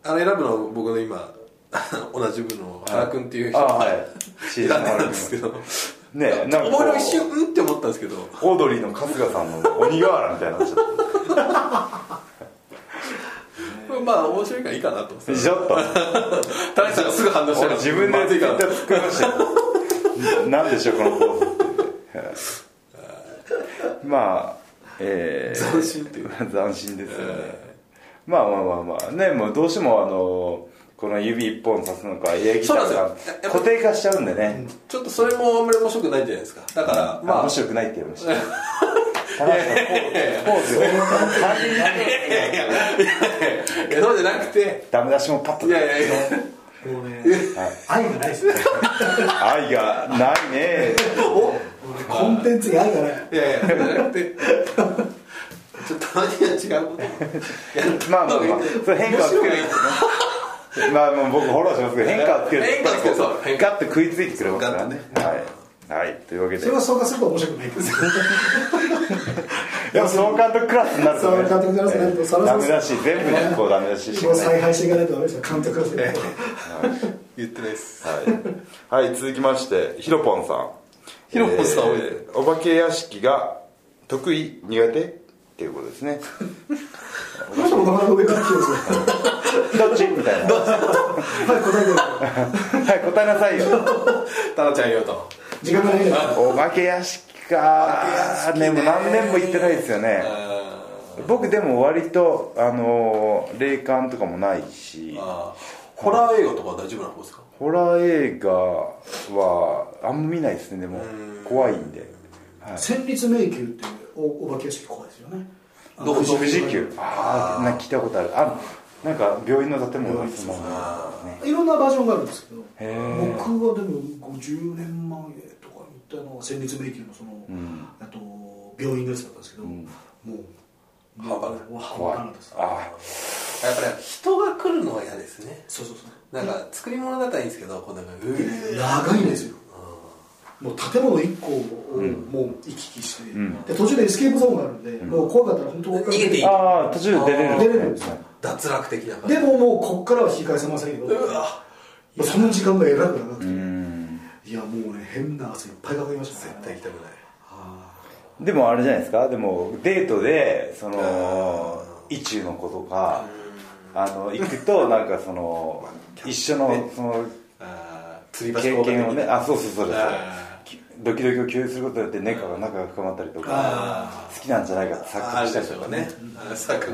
Speaker 2: あれ選ぶの僕の今 同じ部の原君っていう人
Speaker 1: あは
Speaker 2: が
Speaker 1: い
Speaker 2: 選んだんですけど
Speaker 1: ねえなんかこう
Speaker 2: 思いの一瞬うんって思ったんですけど
Speaker 1: オードリーの春日さんの鬼瓦みたいになっちゃっ
Speaker 2: まあ面白いからいいかなと思って
Speaker 1: たちょっと
Speaker 2: 田中さんがすぐ反応した
Speaker 1: 俺
Speaker 2: ら
Speaker 1: 自分で
Speaker 2: まず
Speaker 1: ツイ
Speaker 2: いか
Speaker 1: ッ
Speaker 2: な
Speaker 1: ター作りましたよなんでしょうこのポーズ ってまあえー、
Speaker 2: 斬新ってい う
Speaker 1: 斬新ですよね、まあまあまあまあねもうどうしてもあのこの指一本刺すのかエアギター
Speaker 2: そうなん
Speaker 1: が
Speaker 2: ですよ
Speaker 1: 固定化しちゃうんでね、
Speaker 2: ちょっとそれもあんまり面白くないじゃないですかだから
Speaker 1: まあ
Speaker 2: まあ
Speaker 1: 面白くないって言いました田中さんポーズポーズ完全に
Speaker 2: いやそうじゃなくて
Speaker 1: ダメ出しもパッと
Speaker 2: いやいやいや
Speaker 3: もうね愛がないですね
Speaker 1: 愛がないね
Speaker 3: おコンテンツに愛がない
Speaker 2: いやいやそうじゃなくてちょっとたまには違うこと
Speaker 1: まあまあまあそれ変化をつける
Speaker 2: 面
Speaker 1: まあもう僕フォローしますけど変化をつける
Speaker 2: 変化をつけるそう変化
Speaker 1: ガッと食いついてくれますからね
Speaker 2: そう
Speaker 1: はい、はい、というわけで
Speaker 3: それは総括すると面白くない です
Speaker 1: でも総監督クラスになると、
Speaker 3: 総監督クラスになるとそら
Speaker 1: ダ
Speaker 3: そう
Speaker 1: メ
Speaker 3: です
Speaker 1: だし全部にこうダメ出しして
Speaker 3: も
Speaker 1: く
Speaker 3: う
Speaker 1: れない
Speaker 3: 采配していかないとダメですよ監督はね
Speaker 2: 言ってないです
Speaker 1: はい、はい、続きましてひろぽんさん
Speaker 2: ひろぽんさん多いね
Speaker 1: えーお化け屋敷が得意苦手っていうことですね
Speaker 3: なんでもなかなか上から来てるんですよ
Speaker 1: どっちみたいなは
Speaker 3: はい答えてる
Speaker 1: い答えなさいよ
Speaker 2: タナちゃん言うと
Speaker 3: 時間がないから
Speaker 1: お化け屋敷かでも何年も行ってないですよね僕でも割とあのー霊感とかもないし
Speaker 2: あーホラー映画とかは大丈夫な方ですか
Speaker 1: ホラー映画はあんま見ないですねでも怖いんで
Speaker 3: 戦慄迷宮っていうおお化け屋敷怖いですよね
Speaker 2: どこ
Speaker 1: 富士富士急ああなんか聞いたことあるあなんか病院の建物がそのままね
Speaker 3: いろんなバージョンがあるんですけど
Speaker 1: へ
Speaker 3: 僕はでも50年前とか行ったのは戦慄迷宮のその、
Speaker 1: ん
Speaker 3: あと病院のやつだったんですけど、もう
Speaker 2: 半端ない
Speaker 3: もう
Speaker 1: 怖い
Speaker 3: 半端なかったです
Speaker 1: あ
Speaker 2: やっぱり人が来るのは嫌ですね
Speaker 3: そうそうそう
Speaker 2: なんか作り物だったらいいんですけどこんな感じ
Speaker 3: 長いんですよもう建物1個をもう行き来して、で途中でエスケープゾーンがあるんで、もう怖かったら本当
Speaker 2: 逃げていい
Speaker 1: ーあー途中で出れる
Speaker 3: 出れるんですよ
Speaker 2: 脱落的な感じ
Speaker 3: でももうこっからは引き返せませんけど
Speaker 2: うわ
Speaker 3: もうその時間がえらく長くて、
Speaker 1: うん
Speaker 3: いやもうね変な汗いっぱいかかりましたね
Speaker 2: 絶対行きたくない
Speaker 1: でもあれじゃないですかでもデートでその意中の子とかあの行くとなんかその一緒のその
Speaker 2: あー吊り橋
Speaker 1: 経験をねあそうそうそうです
Speaker 2: あ
Speaker 1: ドキドキを共有することによって仲が仲が深まったりとか好きなんじゃないかって錯
Speaker 2: あ
Speaker 1: 覚
Speaker 2: る
Speaker 1: した
Speaker 2: で
Speaker 1: り
Speaker 2: し
Speaker 1: と
Speaker 2: ょ
Speaker 1: か
Speaker 2: うね
Speaker 1: ね
Speaker 2: あー錯覚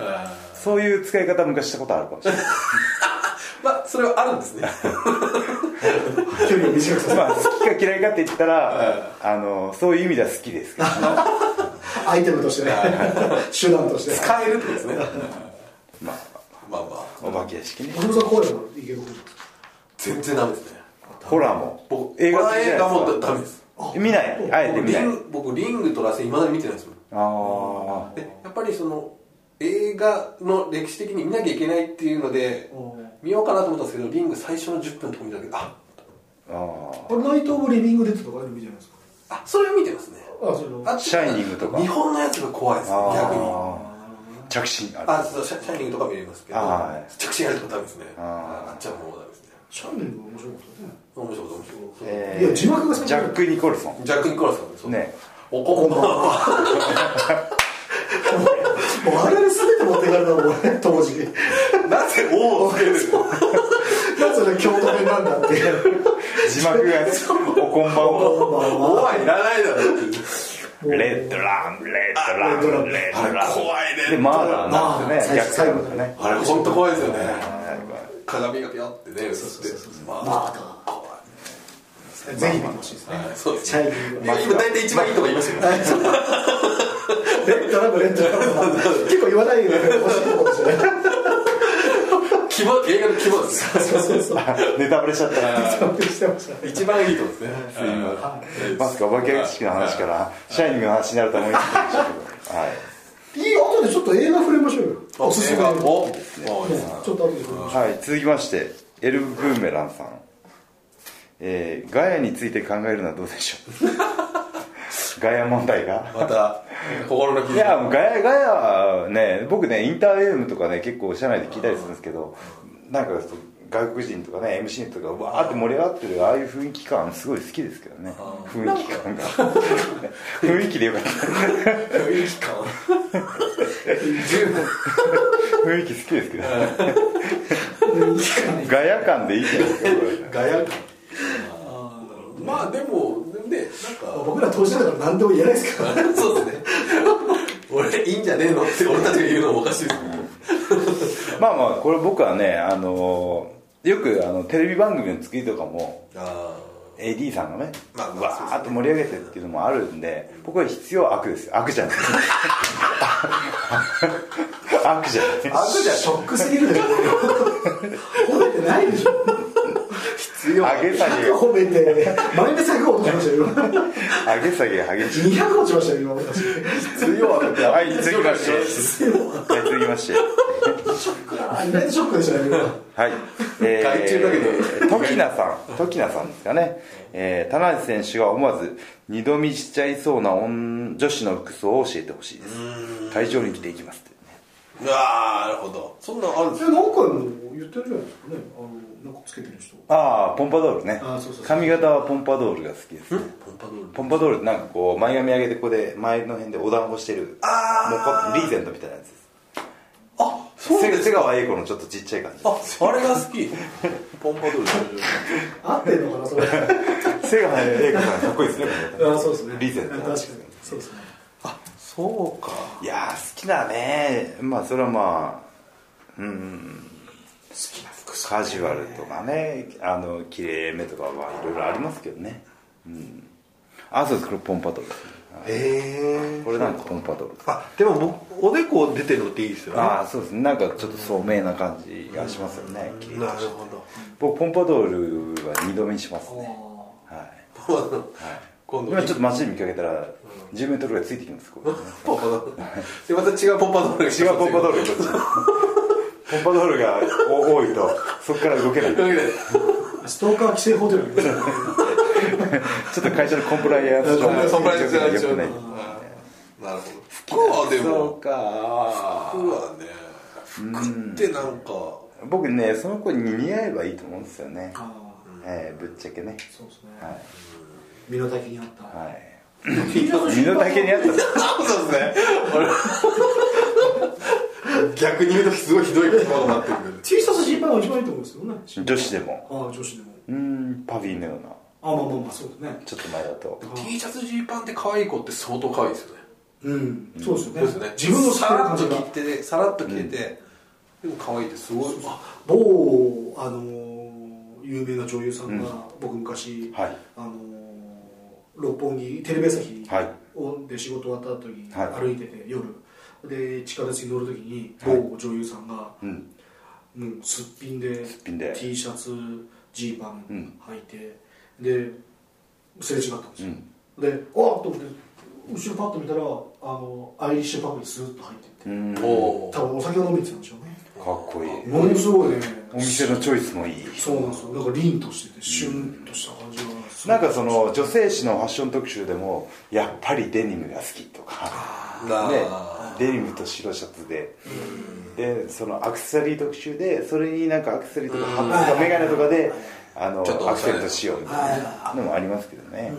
Speaker 2: あ
Speaker 1: そういう使い方昔したことあるかもしれない
Speaker 2: ーまあそれはあるん ですね
Speaker 3: 距離を短くさせる
Speaker 1: まあ、好きか嫌いかって言ったら、あのそういう意味では好きですけど、
Speaker 3: アイテムとしてね手段として
Speaker 2: 使えるってことですね
Speaker 1: まあ、
Speaker 2: まあまあ
Speaker 1: お化け屋敷ね
Speaker 3: 松本さん怖いの池袋
Speaker 2: 全然ダメですね
Speaker 1: ホラーも
Speaker 2: 映画
Speaker 1: 好きじ
Speaker 2: 映
Speaker 1: ゃ
Speaker 2: 画
Speaker 1: ない
Speaker 2: も
Speaker 1: ですか
Speaker 2: ダメです
Speaker 1: 見ないあえて
Speaker 2: 僕
Speaker 1: 見
Speaker 2: リ
Speaker 1: ない
Speaker 2: ン僕リングと螺旋いまだに見てないですもん
Speaker 1: あ
Speaker 2: でやっぱりその映画の歴史的に見なきゃいけないっていうので
Speaker 3: うん
Speaker 2: 見ようかなと思ったんですけどリング最初の10分のとこ見ただけであ
Speaker 1: ーあ
Speaker 3: これナイト・オブ・リビング・デッドとかあるじゃないですか
Speaker 2: あそれを見てますね
Speaker 3: あその
Speaker 2: あっち
Speaker 1: シャイニングとか
Speaker 2: 日本のやつが怖いですね逆に
Speaker 1: あー着信ある
Speaker 2: あそうシャシャイニングとか見れますけど
Speaker 1: は
Speaker 2: 着信やるとダメですね
Speaker 1: あ
Speaker 2: あっちはもうダメですね
Speaker 3: シャーミング面白かったね
Speaker 2: 面白い面白い
Speaker 1: え
Speaker 3: いや字幕が
Speaker 1: ジャック・ニコルソ
Speaker 2: ジャック・ニコラスさんもそう
Speaker 1: ンね
Speaker 2: おこんばんは
Speaker 3: もうあれで全て持ってかれたの俺当時
Speaker 2: なぜ王をつける
Speaker 3: なぜ京都弁なんだって いう
Speaker 1: 字幕がねおこんばんは
Speaker 2: 王はいらないだろって
Speaker 1: レッドランレッドラ
Speaker 3: レッドラ
Speaker 1: ン
Speaker 3: ン
Speaker 1: レッドラン
Speaker 2: 怖いね
Speaker 1: でマーダーなん
Speaker 3: まあ
Speaker 1: ですよね
Speaker 3: 最
Speaker 1: 逆
Speaker 3: 後
Speaker 1: サイドがね
Speaker 2: あれ本当怖いですよね鏡がピョンってね映ってま
Speaker 3: マー
Speaker 2: あ
Speaker 3: ダー
Speaker 2: 怖
Speaker 3: ぜひ見てほしいですね
Speaker 2: いそうです
Speaker 3: チャイ
Speaker 2: ね
Speaker 3: ニーズ
Speaker 2: 今大体一番いいとこ言いますよね
Speaker 3: レッドラブレッドラブ結構言わないよね欲しいとこですよね
Speaker 2: 希望映画の希望ですね
Speaker 3: そうそうそう
Speaker 1: ネタバレしちゃったな
Speaker 3: 尊敬してましたね
Speaker 2: 一番いいとこですね
Speaker 1: まさかお化け屋敷の話からシャイニングの話になると思いましたけどはい
Speaker 3: いい後でちょっと映画触れましょうよおすすめあるちょ
Speaker 2: おお
Speaker 3: っと後で触れましょ
Speaker 1: はい、続きましてエルブ・ブーメランさん、えーガヤについて考えるのはどうでしょう ガヤ問題が
Speaker 2: また心の
Speaker 1: いやもうガヤガヤはね僕ねインターネームとかね結構社内で聞いたりするんですけどなんかそう外国人とかね MC とかわーって盛り上がってるああいう雰囲気感すごい好きですけどね雰囲気感が 雰囲気でよかった
Speaker 2: 雰囲気感十分
Speaker 1: 雰囲気好きですけど ガヤ感でいいじゃないですかこれ
Speaker 2: ガヤ感まあでもねなん
Speaker 3: う
Speaker 2: か
Speaker 3: 僕ら当時だから何でも言えないですから
Speaker 2: そうですね俺いいんじゃねえのって俺たちが言うのもおかしいです
Speaker 1: まあまあこれ僕はねあのーよくあのテレビ番組の作りとかも
Speaker 2: あ
Speaker 1: AD さんがね、
Speaker 2: まあまあ
Speaker 1: わーっと盛り上げてっていうのもあるんで僕は必要悪ですよ悪じゃない 悪じゃない
Speaker 3: あじゃショックすぎるでしょ 褒めてないでしょ
Speaker 1: 上げ下げ
Speaker 3: 100褒めてマイナス100落としましたよ今
Speaker 1: 上げ下げが激しい
Speaker 3: 200落ちましたよ今 私
Speaker 1: 必要悪ってはい続きましてはい続きまして
Speaker 3: 意外とショックでしたね今
Speaker 1: はい、え
Speaker 2: 外注だけど
Speaker 1: 時名さん時名さんですかね、えー、田中選手が思わず二度見しちゃいそうな女女子の服装を教えてほしいです会場に着ていきますってね
Speaker 2: あうわあなるほどそんなのあるんです
Speaker 3: え何回も言ってるじゃないですかねあのなんかつけてる人
Speaker 1: ああポンパドールね
Speaker 3: あーそうそうそう
Speaker 1: 髪型はポンパドールが好きですね
Speaker 2: ポンパドール
Speaker 1: ポンパドールってなんかこう前髪上げてここで前の辺でお団子してる
Speaker 2: あー
Speaker 1: もうこうリーゼントみたいなやつです
Speaker 2: あそうで
Speaker 1: 瀬
Speaker 2: す
Speaker 1: 瀬川栄子のちょっとちっちゃい感
Speaker 2: ああれが好きポンパドール
Speaker 3: 合ってんのかなそれ
Speaker 1: じ瀬川栄子さんかっこいいですね
Speaker 3: あそうですね
Speaker 1: リーゼント
Speaker 3: 確かにそうですね
Speaker 2: そうか
Speaker 1: いやー好きだねまあそれはまあうん
Speaker 2: 好きな服
Speaker 1: カジュアルとかねあの綺麗めとかはいろいろありますけどねうんあそうですこれポンパドールですね
Speaker 2: へえ
Speaker 1: これなんかポンパドールです
Speaker 2: あでも僕おでこ出てるのっていいですよね
Speaker 1: ああそうですねなんかちょっと聡明な感じがしますよね綺麗
Speaker 2: なるほど
Speaker 1: 僕ポンパドールは二度目にしますねは
Speaker 2: 今
Speaker 1: い
Speaker 2: 度
Speaker 1: 今ちょっと街で見かけたら10メートルぐらいついてきますこれ 違
Speaker 2: ポンパドールでまた違うポンパドールが来
Speaker 1: うポンパド
Speaker 2: ル
Speaker 1: ールこっちポンパドールがお多いとそこから動けないちょっ
Speaker 3: ストーカー規制法というのがありますね
Speaker 1: と会社のコンプライアンス
Speaker 2: コンプライアンスコンプライアンスが
Speaker 1: よくない
Speaker 2: なるほど服はで
Speaker 1: そ
Speaker 2: も
Speaker 1: うか
Speaker 2: 服はね服ってなんか
Speaker 1: 僕ねその子に似合えばいいと思うんですよね
Speaker 3: あ
Speaker 1: ええぶっちゃけね
Speaker 3: ーそうですね
Speaker 1: はい
Speaker 3: 身の丈に合った
Speaker 1: はい身
Speaker 3: 身
Speaker 1: の丈 に合った
Speaker 2: あそうですね逆に言うとすごいひどい言葉になってくる
Speaker 3: T シャツ心配が一番いいと思うんですけどね
Speaker 1: 女子でも
Speaker 3: ああ女子でも
Speaker 1: うんパフィーのような
Speaker 3: あまあまあまあそうですね
Speaker 1: ちょっと前だと
Speaker 2: T シャツジーパンって可愛い子って相当可愛いですよね
Speaker 3: うんそうですよね
Speaker 2: そうですね
Speaker 3: 自分の
Speaker 2: さら
Speaker 3: 好
Speaker 2: っ
Speaker 3: きな
Speaker 2: と切
Speaker 3: 感じが
Speaker 2: ってねさらっと切れて、でも可愛いですすごいあ
Speaker 3: 某あのー有名な女優さんが、僕昔、
Speaker 1: はい
Speaker 3: あのー六本木テレビ朝日
Speaker 1: はい
Speaker 3: をで仕事終わった後に
Speaker 1: はい
Speaker 3: 歩いてて、夜で地下鉄に乗る時に
Speaker 1: はい
Speaker 3: 某女優さんが、
Speaker 1: うん
Speaker 3: もうすっぴんです
Speaker 1: っぴんで
Speaker 3: T シャツジーパ
Speaker 1: う
Speaker 3: ン
Speaker 1: ん
Speaker 3: 履いて、ですれ違ったんですよ、
Speaker 1: うん
Speaker 3: であっと思って後ろパッと見たらあのアイリッシュパブにスーッと入ってって、
Speaker 1: うんか
Speaker 2: お
Speaker 1: っ
Speaker 2: お
Speaker 3: 多分お酒を飲みに行ってたんでしょうね
Speaker 1: こいい
Speaker 3: ものすごいね
Speaker 1: お店のチョイスもいい
Speaker 3: そうなんですよなんか凛としててシュンとした感じがすご
Speaker 1: ないんかその女性誌のファッション特集でもやっぱりデニムが好きとか、ね、デニムと白シャツででそのアクセサリー特集でそれになんかアクセサリーとかハットとかメガネとかであの
Speaker 2: ちょっとお
Speaker 1: アク
Speaker 2: しゃれ
Speaker 1: セントしようみたいなのもありますけどね、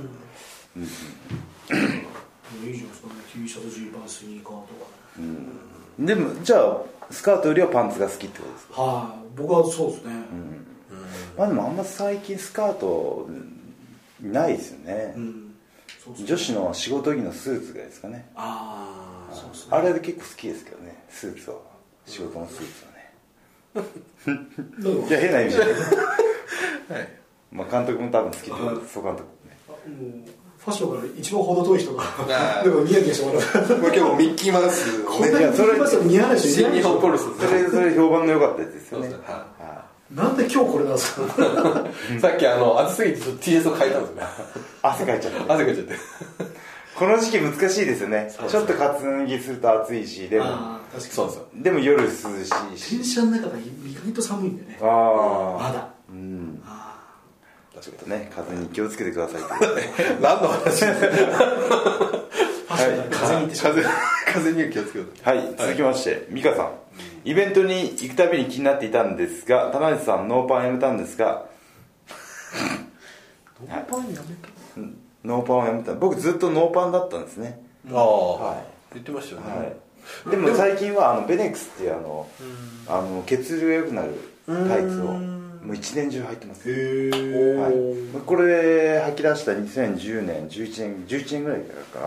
Speaker 3: いいじゃないですかね T シャツジーパンスニーカーとか
Speaker 1: でもじゃあスカートよりはパンツが好きってことですか
Speaker 3: はい僕はそうですね、
Speaker 1: まあでもあんま最近スカートうんないですよね、
Speaker 3: うんそうっすね
Speaker 1: 女子の仕事着のスーツがですかね
Speaker 2: ああそう
Speaker 1: あれで結構好きですけどねスーツは仕事のスーツはね
Speaker 3: どうぞ
Speaker 1: いや変な意味じゃない
Speaker 2: はい
Speaker 1: まあ監督も多分好きってことです総監督もね
Speaker 3: あもうファッションから一番程遠い人が
Speaker 2: あ
Speaker 3: だ
Speaker 2: ー
Speaker 3: からニヤニヤしてもらう
Speaker 4: これ今日もミッキーマウスを
Speaker 3: こん
Speaker 4: ね
Speaker 3: なにファッション似合わない人い
Speaker 2: 新
Speaker 3: ない
Speaker 2: 日
Speaker 3: でし
Speaker 2: 本ポ
Speaker 3: ょ
Speaker 2: ルス
Speaker 1: それそれ評判の良かったやつですよね
Speaker 2: そうですねは
Speaker 1: はい
Speaker 3: なんで今日これなんですか
Speaker 2: さっきあの暑すぎてちょっと T シャツを変えたんですよね
Speaker 1: 汗かいちゃって
Speaker 2: 汗かいちゃって
Speaker 1: この時期難しいですよねちょっとかつぎすると暑いしでも
Speaker 3: ああ確かに
Speaker 2: そうなんですよ
Speaker 1: でも夜涼しいし
Speaker 3: 電車の中が意外と寒いんだよね
Speaker 1: あ
Speaker 3: ま
Speaker 1: あ
Speaker 3: だ
Speaker 1: うん
Speaker 3: あ
Speaker 1: ちょっとね風に気をつけてくださいという
Speaker 2: 何の話
Speaker 3: ーファッションから風に行ってしまう、
Speaker 2: 風風には気をつけよう
Speaker 1: はい続きまして美香さんイベントに行くたびに気になっていたんですが田辺さんノーパンやめたんですが
Speaker 2: ノーパンやめ
Speaker 1: ノーパンをやめた僕ずっとノーパンだったんですね
Speaker 2: たああ、
Speaker 1: はい
Speaker 2: 言ってましたよね、
Speaker 1: はい、でも最近はあのベネックスっていうあのあの血流が良くなるタイツをもう一年中履いてます
Speaker 2: へ
Speaker 1: はい、これ履き出した2010年11年11年ぐらいか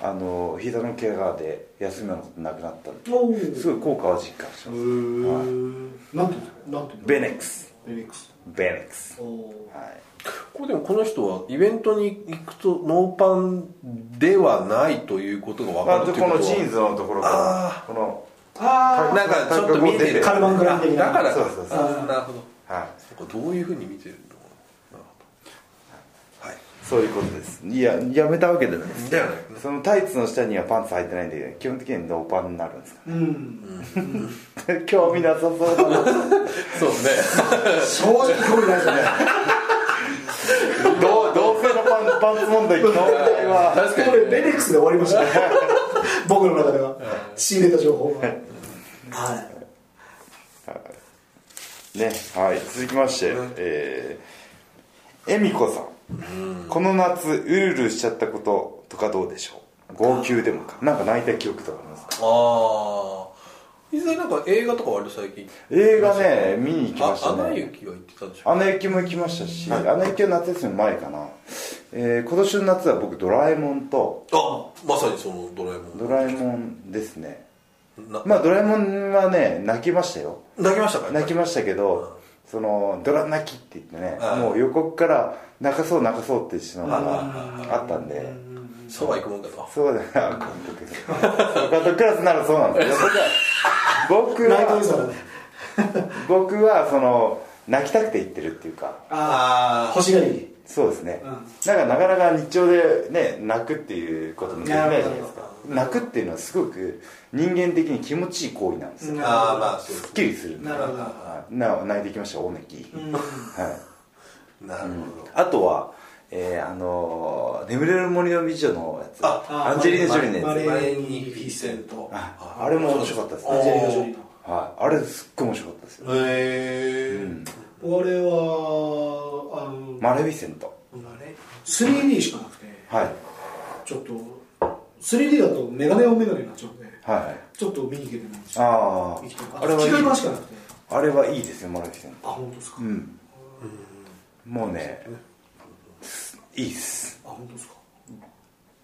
Speaker 1: らあの膝の怪我で休むことなくなったんで
Speaker 3: おお
Speaker 1: すごい効果は実感してます
Speaker 3: なんてなんて
Speaker 1: ベネックス
Speaker 3: ベネックス
Speaker 1: ベネックス
Speaker 3: おお
Speaker 1: はい
Speaker 2: これでもこの人はイベントに行くとノーパンではないということが分
Speaker 1: ま
Speaker 2: か
Speaker 1: あ、
Speaker 2: る
Speaker 1: で
Speaker 2: という
Speaker 1: こ
Speaker 2: こ
Speaker 1: の
Speaker 2: と
Speaker 1: ジーン
Speaker 2: は
Speaker 1: ズのところからこの
Speaker 3: あ
Speaker 2: なんかちょっと見えてる
Speaker 1: カ
Speaker 3: ルマングランデ
Speaker 2: あ
Speaker 3: 的な
Speaker 2: だから
Speaker 1: そうそうそう
Speaker 2: あーなるほど
Speaker 1: はい
Speaker 2: そうかどういうふうに見てるのかななるほどはい
Speaker 1: そういうことですいややめたわけじゃないです
Speaker 2: だよね
Speaker 1: そのタイツの下にはパンツ履いてないんで基本的にはノーパンになるんですか
Speaker 3: あうん
Speaker 1: ね 興味なさそうだな
Speaker 2: そうです ね
Speaker 3: 正直興味ないですね
Speaker 1: 同同性のパン パンツ問題の問題は
Speaker 2: 確か
Speaker 3: これ
Speaker 2: に
Speaker 3: ベネックスで終わりました ね僕の中では仕入れた情報がはい
Speaker 1: ねはい続きまして、えー、えみこさんこの夏うるうるしちゃったこととかどうでしょう号泣でもかなんか泣いた記憶とかありますか
Speaker 2: ああ以前なんか映画とか割と最近
Speaker 1: 映画ね見に行きま
Speaker 2: あ
Speaker 1: した
Speaker 2: アナ
Speaker 1: ね
Speaker 2: 雪は行ってたんでしょ
Speaker 1: アナ雪も行きましたし、アナ雪は夏休み前かな、えー、今年の夏は僕ドラえもんと
Speaker 2: あまさにそのドラえもん
Speaker 1: ドラえもんですね
Speaker 2: な
Speaker 1: まあドラえもんはね泣きましたよ
Speaker 2: 泣きましたか
Speaker 1: 泣きましたけど、そのドラ泣きって言ってね、
Speaker 2: うん
Speaker 1: もう予告から泣かそう泣かそうっていうのがあったんで、
Speaker 2: そうは行くもんかと
Speaker 1: そうだな監督そう監督クラスならそうなんですよ僕
Speaker 3: ナイトウザ
Speaker 1: は
Speaker 3: ーね
Speaker 1: 僕は僕はその泣きたくて言ってるっていうか
Speaker 3: ああ
Speaker 2: あ
Speaker 3: 欲しがり
Speaker 1: そうですね、
Speaker 3: うん
Speaker 1: なんかなかなか日常でね泣くっていうこともできないじゃないですか泣くっていうのはすごく人間的に気持ちいい行為なんですよ、
Speaker 3: うん
Speaker 2: ああーまあそう
Speaker 1: すっきりするんで
Speaker 3: なるほど
Speaker 1: はいな泣いてきました大泣き、
Speaker 3: うん
Speaker 1: はい
Speaker 2: なるほど
Speaker 1: あとは、えーあのー眠れる森の美女」のやつ
Speaker 2: あ
Speaker 1: アンジェリーナ・ジョリーの
Speaker 3: マ
Speaker 1: や
Speaker 3: レ
Speaker 1: つ
Speaker 3: ーニ・フィセントア
Speaker 1: ああれも面白かったです
Speaker 2: あ
Speaker 3: ンジェリ
Speaker 1: ね
Speaker 3: ーナ・ジョリーの
Speaker 1: はい、あれすっごい面白かったですよ
Speaker 2: へえ
Speaker 3: 俺はあの
Speaker 1: マレフィセント
Speaker 3: 3D しかなくて
Speaker 1: はい
Speaker 3: ちょっと 3D だとメガネをメガネになっちゃうんで
Speaker 1: はいはい
Speaker 3: ちょっと見に行けてないんですよ
Speaker 1: あ
Speaker 3: 生きてる
Speaker 1: あ
Speaker 3: あ
Speaker 1: あ
Speaker 3: と
Speaker 1: れはい
Speaker 3: 吹き替え
Speaker 1: い
Speaker 3: 版しかなくて
Speaker 1: あれはいいですよマレフィセント
Speaker 3: あ本当ですか、
Speaker 1: うんもうねいいっす
Speaker 3: あ本当ですか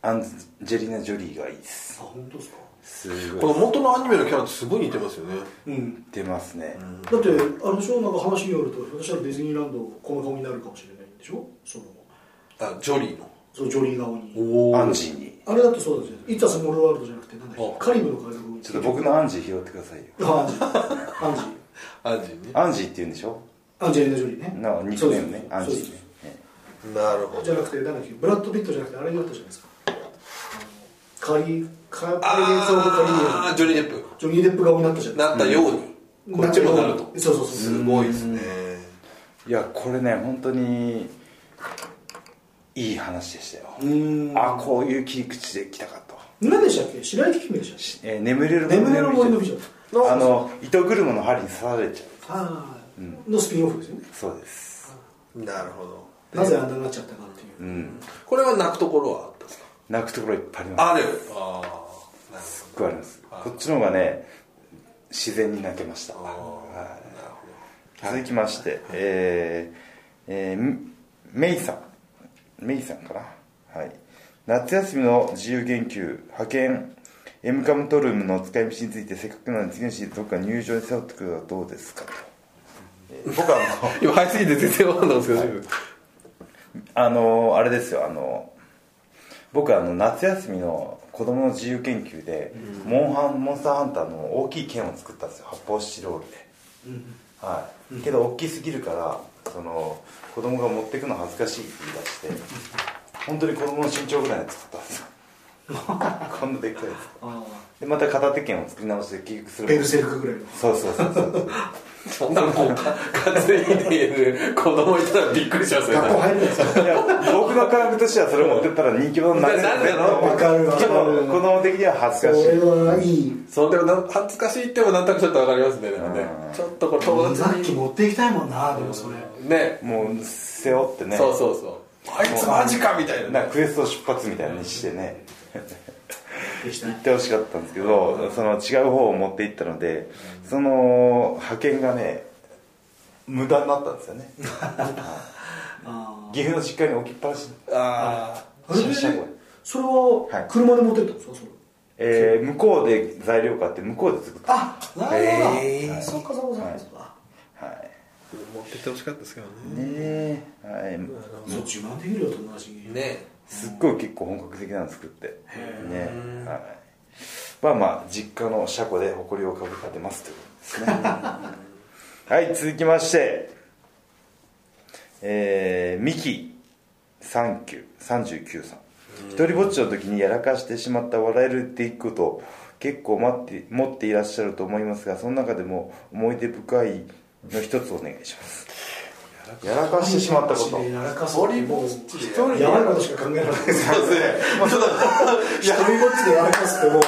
Speaker 1: アンジェリーナ・ジョリーがいいっす
Speaker 3: あ本当ですか
Speaker 1: す
Speaker 2: こ
Speaker 1: ご
Speaker 2: の
Speaker 1: い
Speaker 2: 元のアニメのキャラとすごい似てますよね
Speaker 3: うん
Speaker 1: 出ますね、
Speaker 3: だってあのでしょなんか話によると私はディズニーランドこの顔になるかもしれないんでしょその
Speaker 2: あジョリーの
Speaker 3: そのジョリー顔に
Speaker 2: お
Speaker 1: アンジーに
Speaker 3: あれだとそうだじゃんいつはスモールワールドじゃなくてなんだっ
Speaker 2: あ
Speaker 3: けカリブの海賊
Speaker 1: ちょっと僕のアンジー拾ってくださいよ
Speaker 3: あアンジーア
Speaker 2: ア
Speaker 3: ンジー
Speaker 2: ンジーね
Speaker 1: アンジーって言うんでしょ
Speaker 3: アンジェリーナ・ジョリーね
Speaker 1: なニックネームね
Speaker 3: そう
Speaker 1: アン
Speaker 3: で
Speaker 1: ジ
Speaker 3: すそうです
Speaker 1: ーねね
Speaker 2: なるほ
Speaker 3: じゃ
Speaker 2: ど
Speaker 3: なくてなんだっけブラッド・ピットじゃなくてあれになったじゃないですかあのカリカパイレーツ・オブ・カリビ
Speaker 2: あ
Speaker 3: ア
Speaker 2: あ
Speaker 3: ン
Speaker 2: ジョニー・デッ
Speaker 3: ジョニー・デップ顔になったじゃ
Speaker 2: プ
Speaker 3: ない
Speaker 2: なったようにこっちもなると
Speaker 3: そうそうそう
Speaker 2: すごいですね
Speaker 1: いやこれね本当にいい話でしたよ
Speaker 3: うーん
Speaker 1: あこういう切り口で来たかと、
Speaker 3: 何でしたっけ白雪姫でしたっけ
Speaker 1: えー眠れる
Speaker 3: 眠れる森の美女
Speaker 1: あの糸車の針に刺されちゃう
Speaker 3: ああ、のスピンオフですよね
Speaker 1: そうです
Speaker 2: なるほど
Speaker 3: なぜあんなになっちゃったかっていう、
Speaker 1: うん
Speaker 2: これは泣くところはあったんですか
Speaker 1: 泣くところいっぱいあります
Speaker 2: あるああなる
Speaker 1: すっごいありますこっちの方がね自然に泣けました
Speaker 2: ほどあ
Speaker 1: は
Speaker 2: ーなるほ
Speaker 1: い続きまして、えーえーメイさんメイさんかなはい夏休みの自由研究派遣 m カムトルームの使い道についてせっかくなので次のシーズンどっか入場に背負ってくるのはどうですかと、えー僕はあの
Speaker 2: ど今早すぎて全然わかんないんですけど
Speaker 1: あのあれですよあの僕あの夏休みの子供の自由研究で、モンハンモンスターハンターの大きい剣を作ったんですよ発泡スチロールで、はい、けど大きすぎるからその子供が持ってくの恥ずかしいって言い出して本当に子供の身長ぐらいの作ったんです よこんなでっかいやつ
Speaker 3: あ
Speaker 1: でまた片手剣を作り直して結局す
Speaker 3: ー
Speaker 1: る
Speaker 3: ベルセルクぐらいの
Speaker 1: そうそうそうそう
Speaker 2: そんなもうか担いでいる子供いたらびっくりしますよ
Speaker 3: 学校入るんですよ
Speaker 1: いや僕の感覚としてはそれ持ってったら人気者になれる
Speaker 2: ななんでなの
Speaker 3: わかるわ
Speaker 1: でも子供的には恥
Speaker 3: そ
Speaker 1: ずかしい
Speaker 3: れはいい
Speaker 2: そうでもな恥ずかしいってもなんとなくちょっとわかりますねでもね
Speaker 1: うん
Speaker 2: ちょっとこれ友達
Speaker 3: さっき
Speaker 2: に
Speaker 3: 持っていきたいもんなでもそれ
Speaker 2: ね
Speaker 1: もう背負ってね
Speaker 2: そうそうそうあいつマジかみたいな
Speaker 1: なんかクエスト出発みたいにしてね
Speaker 3: でした
Speaker 1: 行ってほしかったんですけどその違う方を持って行ったのでその派遣がね無駄になったんです よね
Speaker 3: あー
Speaker 1: 岐阜の実家に置きっぱなし
Speaker 2: あ
Speaker 3: あれ
Speaker 1: シャンシャン声
Speaker 3: それは車で持ってったんですかそれ
Speaker 1: えー向こうで材料買って向こうで作った
Speaker 3: あなるほど、
Speaker 2: へー
Speaker 3: そっかそっかそっか、
Speaker 1: は
Speaker 2: 持ってってほしかったですけど
Speaker 1: いねえはい
Speaker 3: そう自慢できるよ友達に
Speaker 2: ね
Speaker 1: すっごい結構本格的なの作ってね
Speaker 2: ー
Speaker 1: はいまあまあ実家の車庫で埃をかぶってますということですね はい続きましてえーミキ3939さん一人ぼっちの時にやらかしてしまった笑える出来事を結構待って持っていらっしゃると思いますがその中でも思い出深いの一つお願いしますやらかしてしまったこと
Speaker 3: やらか
Speaker 2: そ
Speaker 3: そううもう
Speaker 2: 一人
Speaker 3: やばいことしか考えられないです
Speaker 2: そうですねまあちょっ
Speaker 3: 一人ぼっちでやらかすっても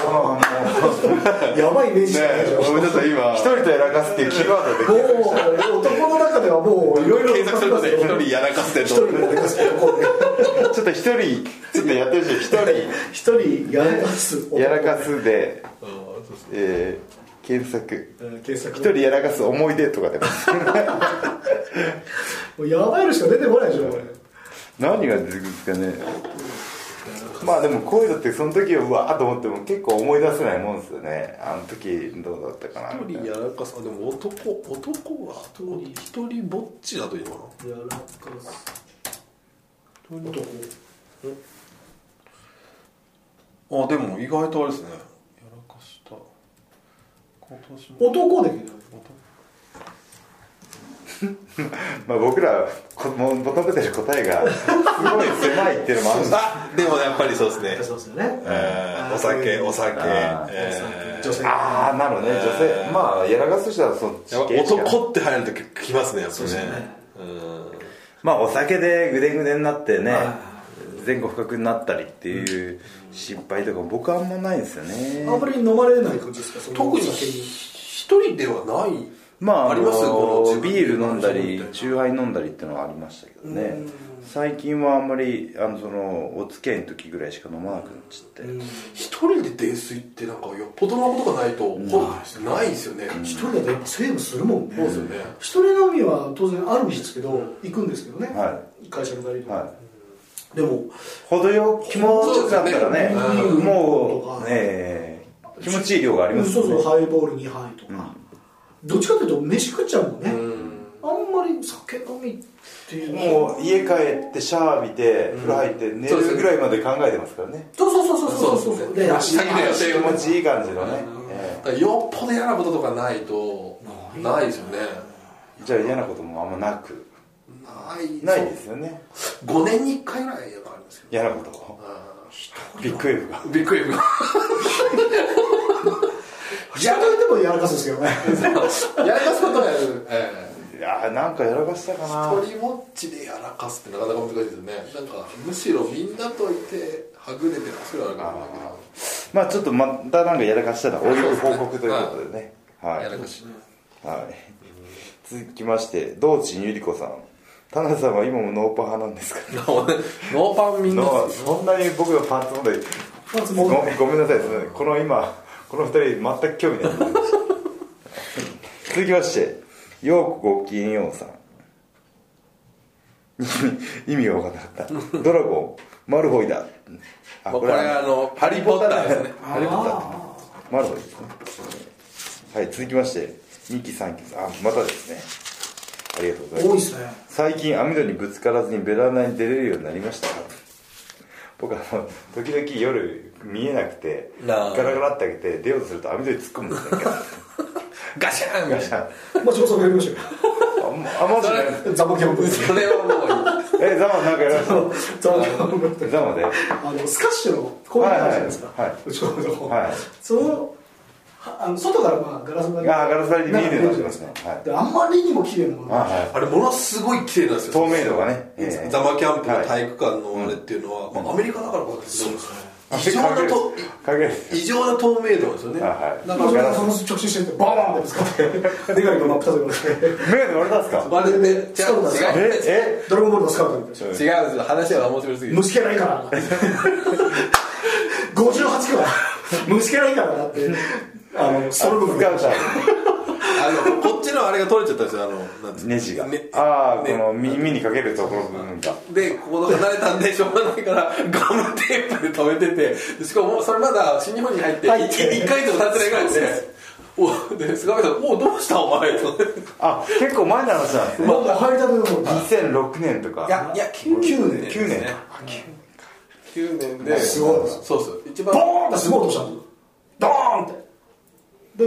Speaker 3: うやばいイメージしかないでしょ
Speaker 4: ごめんなさい今
Speaker 1: 一人とやらかすっていうキーワードで
Speaker 3: もう男の中ではもういろいろ
Speaker 4: 検索するとね一人やらかすで
Speaker 3: 一
Speaker 4: と
Speaker 3: 人でやらかす男で
Speaker 1: ちょっと一人ちょっとやってほしい一
Speaker 3: 一人やらかす
Speaker 1: 人やらかすで、
Speaker 2: とうんそうですね
Speaker 1: えー検索
Speaker 3: うん検索
Speaker 1: 一人やらかす思い出とかでも
Speaker 3: もうやばいのしか出てこないでしょこれ
Speaker 1: 何が出てくるんですかねまあでもこういうのってその時うわーと思っても結構思い出せないもんですよねあの時どうだったかな
Speaker 2: 一
Speaker 1: みた
Speaker 2: 人
Speaker 1: いな
Speaker 2: やらかすあでも男男は一人ぼっちだというのかな
Speaker 3: やらかす男
Speaker 2: あでも意外とあれですねやらかした今年も
Speaker 3: 男できる
Speaker 1: まあ僕らこも求めてる答えがすごい狭いっていうのもあるん です
Speaker 4: あでもやっぱりそうですね
Speaker 3: そうですよね
Speaker 4: えーお酒お酒
Speaker 1: あー
Speaker 4: えー
Speaker 3: 女性
Speaker 1: ああなるほどね女性まあやらかす人はそっち
Speaker 4: やっぱ
Speaker 1: 系しか
Speaker 4: 男って入るとききますねやっぱねうん
Speaker 1: まあお酒でぐでんぐでんになってね前後不覚になったりっていう失敗とかも僕はあんまないんですよね
Speaker 3: あんまり飲まれない感じですかその
Speaker 2: 特に
Speaker 3: お酒に
Speaker 2: 一人ではない
Speaker 1: まあ
Speaker 2: あります
Speaker 1: あの
Speaker 2: この
Speaker 1: ビール飲んだりチューハイ飲んだりっていうのはありましたけどね最近はあんまりあのそのお付き合いの時ぐらいしか飲まなくなっちゃって
Speaker 2: 一人で泥酔ってなんかよっぽどなことがないとないですよね
Speaker 3: 一人だとやっぱセーブするもんね
Speaker 2: そうですよね
Speaker 3: 一人飲みは当然あるんですけど行くんですけどね
Speaker 1: は
Speaker 3: 会社の帰りとか
Speaker 1: は
Speaker 3: でも
Speaker 1: 程よ気持ちよくなったらね
Speaker 3: そうですね
Speaker 1: も
Speaker 3: う
Speaker 1: うんねえ気持ちいい量がありま
Speaker 3: そう
Speaker 1: すよ
Speaker 3: そう
Speaker 1: ね
Speaker 3: ハイボール2杯とかどっちかというと飯食っちゃうもんね
Speaker 2: うん
Speaker 3: あんまり酒飲みっていう
Speaker 1: もう家帰ってシャワー浴びて風呂入って寝るぐらいまで考えてますからね
Speaker 3: そうそうそうそうそう
Speaker 2: そ
Speaker 3: そうう
Speaker 2: ですね
Speaker 3: で
Speaker 2: 明日にね
Speaker 1: 気持ちいい感じのね、え
Speaker 2: だからよっぽど嫌なこととかないとないですよね
Speaker 1: えじゃあ嫌なこともあんまなく
Speaker 2: ない
Speaker 1: ないですよね
Speaker 2: 5年に1回ぐらいやっぱありますよ
Speaker 1: 嫌なことビッグウェーブが
Speaker 2: び っくり
Speaker 3: 明日といてもやらかすですけどね
Speaker 2: やりますことはやるええ
Speaker 1: いやーなんかやらかしたかな
Speaker 2: 一人ぼっちでやらかすってなかなか難しいですよねなんかむしろみんなといてはぐれてそれはなんか
Speaker 1: まあちょっとまたなんかやらかしたらおいる報告ということでね
Speaker 2: あ
Speaker 1: は
Speaker 2: るけどや
Speaker 1: い
Speaker 2: らかし
Speaker 1: はい、続きまして道地ゆり子さん田中さんは今もノーパン派なんですか
Speaker 2: ノーパンみんな
Speaker 1: のそんなに僕のパンツ問題
Speaker 3: パンツ
Speaker 1: ご
Speaker 3: もう
Speaker 1: ごめんなさいですねこの今この二人全く興味ない続きましてようこごきげんようさん 意味が分からなかったドラゴンマルフォイだあ
Speaker 2: これはあのハリー・ポッターですね
Speaker 1: ハリーポッターマルフォイですねはい続きましてミキサンキューさんあまたですねありがとうございます
Speaker 3: 多いですね
Speaker 1: 最近網戸にぶつからずにベランダに出れるようになりました僕あの時々夜見えなくて
Speaker 2: な
Speaker 1: ガ
Speaker 2: あ
Speaker 1: ラガラって開けて出ようとすると網戸に突っ込むんですね
Speaker 2: ガシャンみ
Speaker 1: ガ
Speaker 2: たい
Speaker 1: シ
Speaker 2: な
Speaker 1: ャン
Speaker 3: まあ、ちょこそやりましょうよ
Speaker 1: あもうあマジで
Speaker 3: ザボキャンプ
Speaker 2: それはもう
Speaker 1: えザマなんかやりまし
Speaker 3: ザボキャンプ
Speaker 1: たザマで
Speaker 3: あのスカッシュの公園があるじゃないです
Speaker 1: はいはいは
Speaker 3: か、うちの方
Speaker 1: はい
Speaker 3: そのはあの外からまあガラス張り
Speaker 1: あーガラス張りに見えるようになってますね
Speaker 3: 中に
Speaker 1: はい
Speaker 3: であんまりにも綺麗なもの
Speaker 1: はいはい
Speaker 4: あれものすごい綺麗なんですよ
Speaker 1: 透明度がねええ
Speaker 4: ザマキャンプの体育館のあれっていうのは、まあ、アメリカだからこうですね異常なと
Speaker 1: 影です
Speaker 4: 異常な透明度なんですよね、
Speaker 1: はいはい
Speaker 3: だからそれがその直進しててバーンってぶつかってでかいの真っ二つになって
Speaker 1: 眼鏡割れたんですか
Speaker 2: まるで違う違う
Speaker 3: そうなんですか
Speaker 1: ええ
Speaker 3: ドラゴンボールのスカウトみたいな
Speaker 2: 違うんですよ話は面白すぎる
Speaker 3: 虫けな いからな58キロだ虫けないからなってあのその部分
Speaker 1: 使うた
Speaker 4: あのこっちのあれが取れちゃったんですよあのなんつうの
Speaker 1: ネジが
Speaker 4: ね
Speaker 1: ああ
Speaker 4: ね
Speaker 1: この耳にかけるところの部分が
Speaker 2: でここ離れたんでしょうがないからガムテープで留めててでしかもそれまだ新日本に入って
Speaker 3: 入っ
Speaker 2: 1
Speaker 3: て
Speaker 2: 回でも経ってないぐらいでおで菅上さん「おうどうしたお前」と
Speaker 1: あ結構前の話なんですね
Speaker 3: もう入りたてのもの
Speaker 1: 2006年とか
Speaker 2: いやいや9年です
Speaker 1: 9年
Speaker 2: ね9年です
Speaker 3: ごい
Speaker 2: そうそう一番
Speaker 3: ボーンってすごい音したんですよドーンってで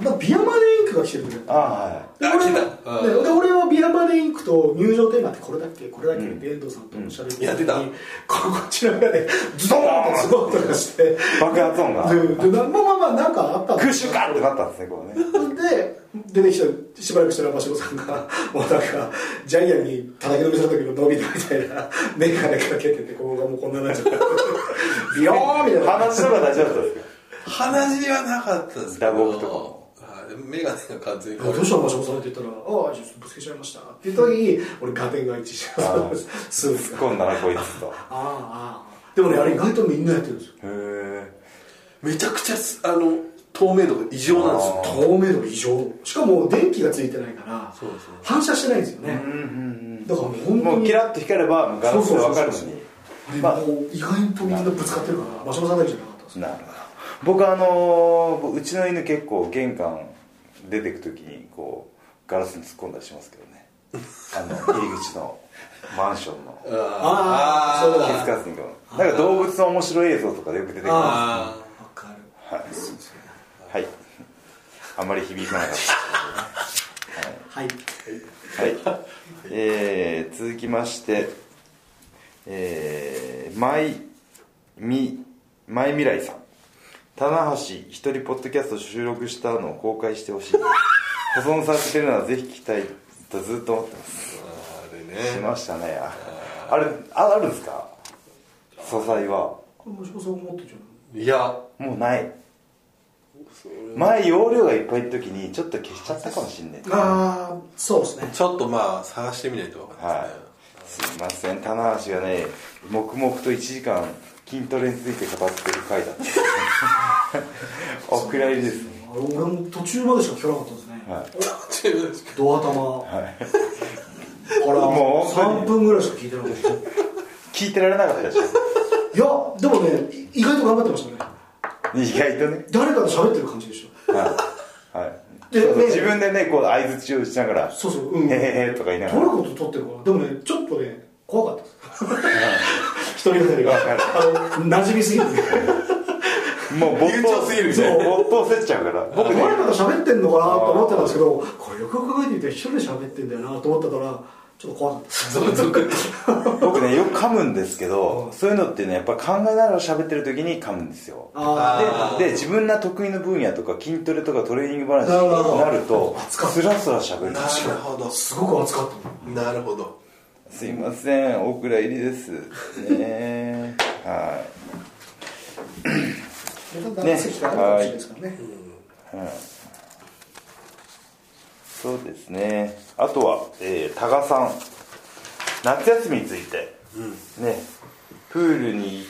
Speaker 3: なんかビアマネインクが来てるんだよ
Speaker 1: あは
Speaker 3: で
Speaker 2: あ来
Speaker 3: 俺
Speaker 2: た
Speaker 3: ねで俺はビアマネインクと入場テーマってこれだっけこれだっけ、ベンドさんとおしゃべり
Speaker 2: やってた
Speaker 3: ここちらでズドーンってすごい音がしてで
Speaker 1: い爆発音が
Speaker 3: でなまあまあまあなんかあったんだけど
Speaker 1: クシュカってなったんですねこうね
Speaker 3: で出てきたしばらくしたら真ロさんが もうなんかジャイアンに叩きのびした時の伸びたみたいな眼鏡かけててここがもうこんなになっちゃってビヨーンみたいな
Speaker 1: 話とか大丈夫だったんですか
Speaker 2: 鼻血はなかったですけ
Speaker 1: 打
Speaker 2: ど
Speaker 1: 撲とかも
Speaker 2: はいでも眼鏡が完全に
Speaker 3: どうしたの真ロさんって言ったら「ああちょっとぶつけちゃいました」って言った時に俺ガテンが一致して
Speaker 1: あ ー
Speaker 3: すぐ
Speaker 1: 突っ込んだなこいつとへ
Speaker 3: ああああでもねあれ意外とみんなやってるんですよ
Speaker 1: え
Speaker 4: めちゃくちゃすあの透明度が異常なんですよ
Speaker 3: 透明度異常しかも電気がついてないから
Speaker 2: そうそう
Speaker 3: 反射してないんですよねだからもう本当
Speaker 1: もう
Speaker 3: に
Speaker 1: キラッと光ればガラスで分かるの
Speaker 3: そうそうそう
Speaker 1: に
Speaker 3: で
Speaker 1: まあ
Speaker 3: もう意外とみんなぶつかってるから真島さんだけじゃなかったんですよ
Speaker 1: なるほど僕あのーうちの犬結構玄関出てく時にこうガラスに突っ込んだりしますけどねあ の入り口のマンションの
Speaker 2: あー
Speaker 3: あーそう
Speaker 1: 気
Speaker 3: だ
Speaker 1: づかずにこうなんか動物の面白い映像とかでよく出てくるは
Speaker 2: あー
Speaker 3: わかる
Speaker 1: いあまり響かなかった
Speaker 3: はい
Speaker 1: はい、えー続きまして、えー、マイミマイ未来さん棚橋一人ポッドキャスト収録したのを公開してほしい保存されてるのはぜひ聞きたいとずっと思ってます
Speaker 4: あれ
Speaker 1: し
Speaker 4: ね
Speaker 1: ましたねああれああるんですか素材は
Speaker 3: これ真島さん持ってるじ
Speaker 2: い
Speaker 3: ゃ
Speaker 2: や
Speaker 1: もうない
Speaker 2: それ
Speaker 1: 前容量がいっぱいの時にちょっと消しちゃったかもしんない
Speaker 3: んああそうですね
Speaker 4: ちょっとまあ探してみないと分かんないですね、
Speaker 1: はい、すいません棚橋がね黙々と1時間筋トレについて語ってる回だった お蔵入りですね
Speaker 3: あれ俺も途中までしか聞かなかったですね、
Speaker 1: は
Speaker 3: ドア玉、ほら
Speaker 1: も
Speaker 3: も
Speaker 1: う
Speaker 3: う3分ぐらいしか聞いてなかったい
Speaker 1: 聞いてられなかったでしょ
Speaker 3: やでもねい意外と頑張ってましたね
Speaker 1: 意外とね
Speaker 3: 誰かと喋ってる感じでし
Speaker 1: はい、はい、
Speaker 3: で
Speaker 1: そうそう
Speaker 3: ね
Speaker 1: 自分でねこう相づちをしながら「
Speaker 3: たそうそううん
Speaker 1: へへへ」とか言いなが
Speaker 3: 撮る
Speaker 1: ら
Speaker 3: こと撮ってるからでもねちょっとね怖かったです一人語りがあの馴染みすぎ て
Speaker 1: もう没
Speaker 4: 流暢
Speaker 1: 頭
Speaker 4: すぎるね
Speaker 1: そう没頭せっちゃうから僕
Speaker 3: 誰
Speaker 1: ね
Speaker 3: かと喋ってんのかなと思ってたんですけどこれよくよく考えてみたら一人で喋ってんだよなと思ったからちょっと怖かったです
Speaker 2: ゾクゾク
Speaker 1: 僕ねよく噛むんですけどそういうのってねやっぱ考えながら喋ってる時に噛むんですよ
Speaker 3: あ
Speaker 2: あー
Speaker 1: でで自分の得意の分野とか筋トレとかトレーニング話
Speaker 3: なるほど
Speaker 1: になると
Speaker 3: 扱う
Speaker 1: スラスラしゃべる
Speaker 4: なるほど
Speaker 3: あすごく熱かった
Speaker 4: なるほど
Speaker 1: すいません大倉入りですねえは
Speaker 3: もんね席があるかもしれないですからね
Speaker 1: いそうですねあとは、えー、多賀さん夏休みについて、ねプールに行っ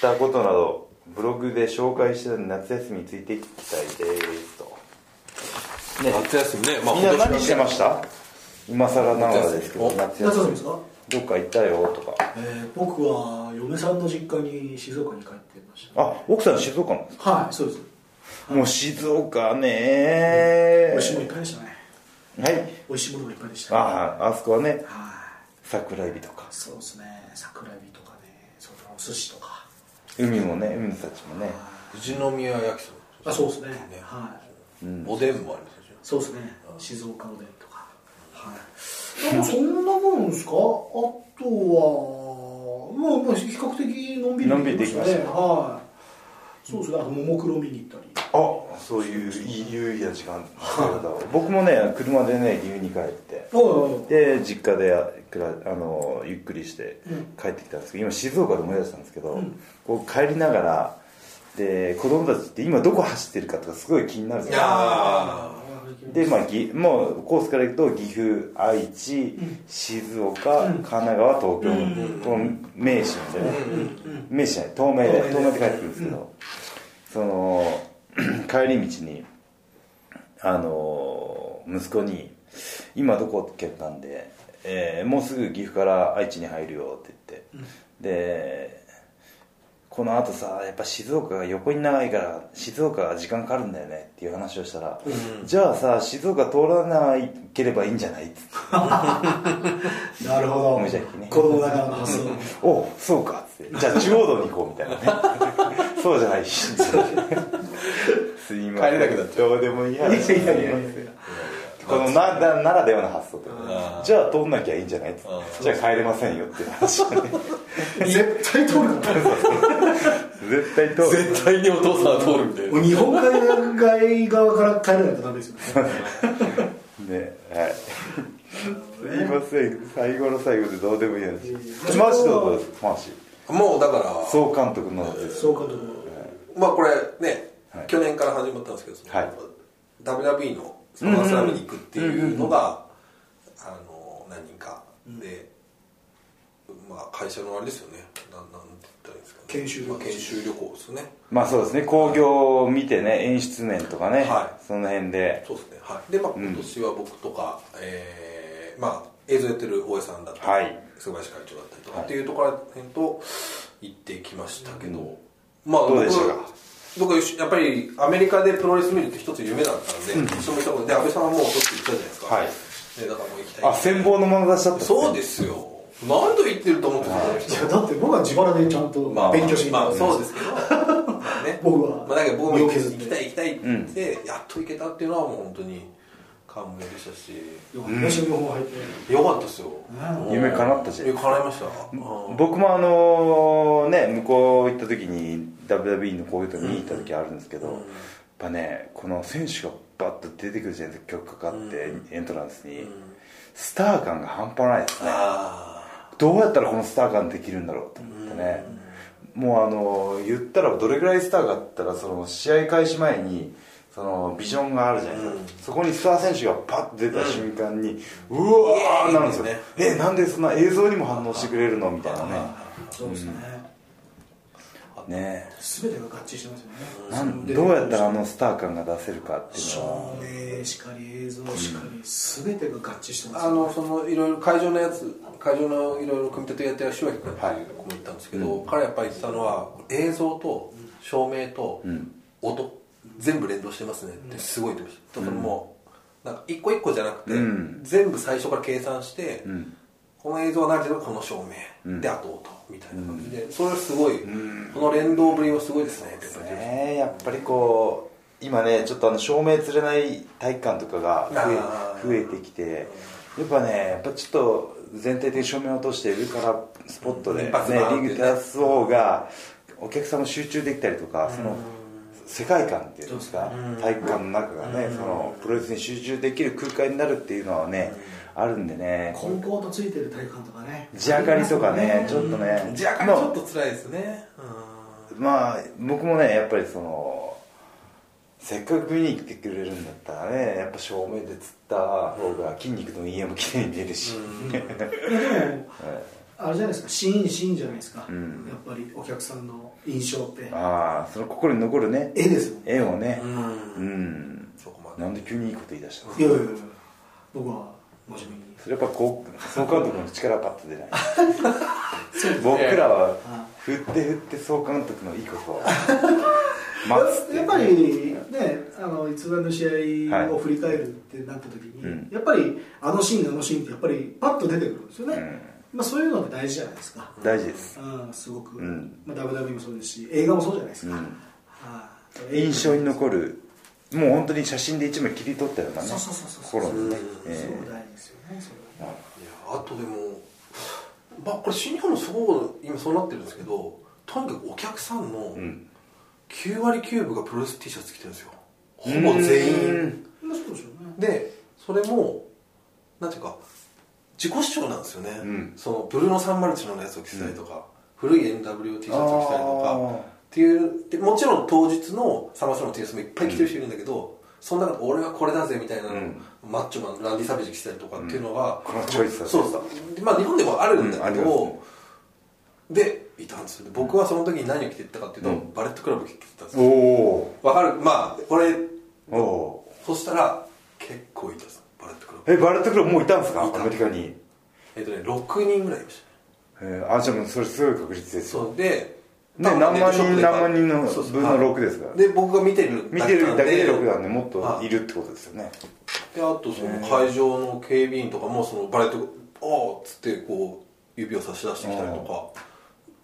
Speaker 1: たことなどブログで紹介してた夏休みについて聞きたいですとね
Speaker 2: 夏休みね、まあ、
Speaker 1: みんな
Speaker 2: 今年は
Speaker 1: 何してました今更ながらですけど
Speaker 2: 夏
Speaker 1: 夏
Speaker 3: 夏
Speaker 1: 休
Speaker 3: 休み
Speaker 1: み
Speaker 3: ですか、
Speaker 1: どっか行ったよとか
Speaker 3: えー僕は嫁さんの実家に静岡に帰ってまし
Speaker 1: あ奥さん静岡なんです
Speaker 3: たはいそうです
Speaker 1: かもう静岡ね
Speaker 3: 美味しいものいっぱいでしたね
Speaker 1: はい
Speaker 3: 美味しいものがいっぱいでしたね
Speaker 1: あああそこはね
Speaker 3: はい
Speaker 1: 桜エビとか
Speaker 3: そうですね桜エビとかねそれからお寿司とか
Speaker 1: 海もね海の幸もね
Speaker 2: 富士宮焼きそば
Speaker 3: あそうですねはい
Speaker 2: おでんもありますよ
Speaker 3: そうですね静岡おでんとかはいでもそんなもんですかあとはまあまあ比較的のんびり
Speaker 1: のんびりできましたね
Speaker 3: はいそうですねあとももクロ見に行ったり
Speaker 1: あそういういい有意義な時間 僕もね車でね岐阜に帰って
Speaker 3: はいはい
Speaker 1: で実家でくらあのゆっくりして
Speaker 3: うん
Speaker 1: 帰ってきたんですけど今静岡で思い出したんですけど、こう帰りながらで子供たちって今どこ走ってるかとかすごい気になるんですよ
Speaker 2: あ
Speaker 1: でまあ、ぎもうコースから行くと岐阜愛知静岡、神奈川東京、この名神でね、名神じゃない東名で東名で帰ってくるんですけど、その 帰り道にあの息子に「今どこ?」って聞いたんで、えーもうすぐ岐阜から愛知に入るよ」って言って、でこのあとさやっぱ静岡が横に長いから静岡が時間かかるんだよねっていう話をしたら、じゃあさ静岡通らなければいいんじゃないっつって
Speaker 3: なるほど
Speaker 1: 無邪気ね
Speaker 3: 子供ながらの発想
Speaker 1: 「おうそうか」っつって「じゃあ中央道に行こう」みたいなね そうじゃない しすいません
Speaker 2: 帰れなくなっち
Speaker 1: どうでもいい話
Speaker 3: いやいやいや
Speaker 1: このななならではの発想ってことね
Speaker 2: あー
Speaker 1: じゃあ通んなきゃいいんじゃないっつって
Speaker 2: あ
Speaker 1: じゃあ帰れませんよっていう 話をね
Speaker 3: 絶対通るか
Speaker 1: 絶対
Speaker 2: あ
Speaker 1: 通る
Speaker 2: 絶対にお父さんは通るみたい
Speaker 3: ら
Speaker 2: な
Speaker 3: 日本海側から帰らないとダメですよね
Speaker 1: ねはいすいません最後の最後でどうでもいい
Speaker 3: いやい
Speaker 1: 話
Speaker 3: や
Speaker 1: マーシどうですマーシ
Speaker 2: もうだから
Speaker 1: 総監督の
Speaker 3: そうかと思う
Speaker 2: まあこれね、
Speaker 1: はい
Speaker 2: 去年から始まったんですけどその、
Speaker 1: はい
Speaker 2: WB のサマースラムに行くっていうのが、あの何人かで、まあ会社のあれですよねなんなんて言ったらいいんですか、ね、
Speaker 3: 研修旅行
Speaker 2: まあ、研修旅行ですね
Speaker 1: まあそうですね興行を見てね演出面とかね、
Speaker 2: は
Speaker 1: その辺で
Speaker 2: そうですねはいでまあ
Speaker 1: ん
Speaker 2: 今年は僕とか、えーまあ映像やってる大江さんだった
Speaker 1: は
Speaker 2: り、
Speaker 1: い
Speaker 2: 菅林会長だったりとか、
Speaker 1: はい
Speaker 2: っていうところら辺と行ってきましたけど、まあ
Speaker 1: どうでしたか
Speaker 2: 僕僕やっぱりアメリカでプロレス見るって一つ夢だったんで、一緒に行ったことで安倍さんはもうそっち行ったじゃないですか
Speaker 1: はい
Speaker 2: でだからもう行きたい
Speaker 1: あ羨望の眼差しだった
Speaker 2: そう
Speaker 1: す
Speaker 2: ですよ何度行ってると思ってたんです
Speaker 3: いやだって僕は自腹でちゃんと
Speaker 1: まあ
Speaker 3: 勉強しに
Speaker 2: ま
Speaker 3: 行
Speaker 2: あ
Speaker 3: った
Speaker 2: そうですけど、 まあね、
Speaker 3: 僕は
Speaker 2: まあ、だけど僕も
Speaker 3: 身を
Speaker 2: 行
Speaker 3: 削って
Speaker 2: きたい行きたいって言って、やっと行けたっていうのはもう本当に感無量でしたし
Speaker 3: 東日本入って
Speaker 2: よかったですよ、
Speaker 1: ん夢叶ったし
Speaker 2: 夢叶いました、
Speaker 1: 僕もあのね向こう行った時に WWE のこういうとこ見に行った時あるんですけど、
Speaker 2: うん
Speaker 1: やっぱねこの選手がバッと出てくるじゃないですか曲かかって、エントランスに、スター感が半端ないですね
Speaker 2: あ
Speaker 1: どうやったらこのスター感できるんだろうと思ってね、もうあの言ったらどれぐらいスターがあったらその試合開始前にそのビジョンがあるじゃないですか、
Speaker 2: うん
Speaker 1: そこにスター選手がパッと出た瞬間に、うわーなるんですよ、
Speaker 2: いい
Speaker 1: ね
Speaker 2: ね、
Speaker 1: えなんでそんな映像にも反応してくれるのみたいなね
Speaker 3: そうですね
Speaker 1: ね
Speaker 3: 全てが合致してますよね
Speaker 1: なん
Speaker 3: で
Speaker 1: どうやったらあのスター感が出せるかっていうのは
Speaker 3: 照明しかり映像しかり全てが合致してます
Speaker 2: あ
Speaker 3: よね
Speaker 2: のそのいろいろ会場のやつ会場のいろいろ組み立てやってる塩脇君っていう子もいたんですけど、彼やっぱり言ってたのは映像と照明と音全部連動してますねってすごい言ってました、だからもうなんか一個一個じゃなくて、
Speaker 1: うん
Speaker 2: 全部最初から計算して、
Speaker 1: ん
Speaker 2: この映像が慣れてるこの照明、であと音みたいな感じで、それはすごい、この連動ぶりはすごいですねって言ってました
Speaker 1: ねやっぱりこう今ねちょっとあの照明釣れない体育館とかが
Speaker 2: あー
Speaker 1: 増え増えてきてやっぱねやっぱちょっと全体的に照明を落として上からスポットで、ね
Speaker 2: 一発バーンっ、て
Speaker 1: リング出す方がお客さんも集中できたりとかその世界観っていうんですか体育館の中がねそのプロレスに集中できる空間になるっていうのはねあるんでね
Speaker 3: 金光とついてる体感とかね
Speaker 1: 地明かりとかねちょっとね
Speaker 2: じゃあちょっと辛いですね、うん
Speaker 1: まあ僕もねやっぱりそのせっかく見に来てくれるんだったらねやっぱ正面で釣った方が筋肉の陰影もきれいに出るし、
Speaker 3: いやでもあれじゃないですかシーンシーンじゃないですか、
Speaker 1: ん
Speaker 3: やっぱりお客さんの印象って
Speaker 1: ああその心に残るね
Speaker 3: 絵ですよね
Speaker 1: 絵をね
Speaker 2: う
Speaker 1: うんん
Speaker 2: そこまで
Speaker 1: なんで急にいいこと言い出したの
Speaker 3: いやいやいや僕は真面目に
Speaker 1: それやっぱこう総監督の力はパッと出ない 僕らは振って振って総監督のいいことを待つ
Speaker 3: やっぱりねあの逸話の試合を振り返るってなった時に、
Speaker 1: うん
Speaker 3: やっぱりあのシーンあのシーンってやっぱりパッと出てくるんですよね、
Speaker 1: うん
Speaker 3: まあ、そういうのって大事じゃないですか、
Speaker 1: 大事です
Speaker 3: うん、すごく、
Speaker 1: うん
Speaker 3: まあ、WWE もそうですし映画もそうじゃないですか、
Speaker 1: うん
Speaker 3: はい
Speaker 1: 印象に残るもう本当に写真で一枚切り取ったようなね
Speaker 3: そうそうそうそう
Speaker 1: 心のね
Speaker 3: うんすごく大事ですよねそれはい
Speaker 2: やあとでも、まあ、これ新日本もそう今そうなってるんですけどとにかくお客さんの
Speaker 1: ん
Speaker 2: 9割9分がプロレス T シャツ着てるんですよほぼ全員
Speaker 3: まあそうでしょうね
Speaker 2: でそれもなんていうか自己主張なんですよね、
Speaker 1: うん
Speaker 2: そのブルーノ・サンマルチのやつを着てたりとか、古い NWO T シャツを着たりと
Speaker 1: あ
Speaker 2: か
Speaker 1: ー
Speaker 2: っていうでもちろん当日のサマースラムの T シャツもいっぱい着てる人いるんだけど、その中で俺はこれだぜみたいなの、
Speaker 1: ん
Speaker 2: マッチョマンランディ・サベージ着てたりとかっていうのは、
Speaker 1: うんこのチョイスだね
Speaker 2: そうそうでまあ日本でもあるんだけ
Speaker 1: うん
Speaker 2: ど、
Speaker 1: ありま
Speaker 2: でいたんですよで僕はその時に何を着てったかっていうと、
Speaker 1: うん
Speaker 2: バレットクラブ着てたんです
Speaker 1: お
Speaker 2: よ
Speaker 1: お
Speaker 2: わかるまあこれ
Speaker 1: ーお
Speaker 2: そしたら結構いたんですバレットクラブ
Speaker 1: ーえバレットクラブもういたんです
Speaker 2: い
Speaker 1: か
Speaker 2: た
Speaker 1: アメリカに
Speaker 2: えっとね、6人ぐらいいましたね
Speaker 1: えーあじゃあもうそれすごい確率ですよ
Speaker 2: そうで
Speaker 1: ね何万人何万人の
Speaker 2: そうそう
Speaker 1: 分の6ですから
Speaker 2: で僕が見てる
Speaker 1: 見てるだけで6
Speaker 2: だ
Speaker 1: なんでもっといるってことですよね
Speaker 2: であとその会場の警備員とかもそのバレット「ああ」っつってこう指を差し出してきたりと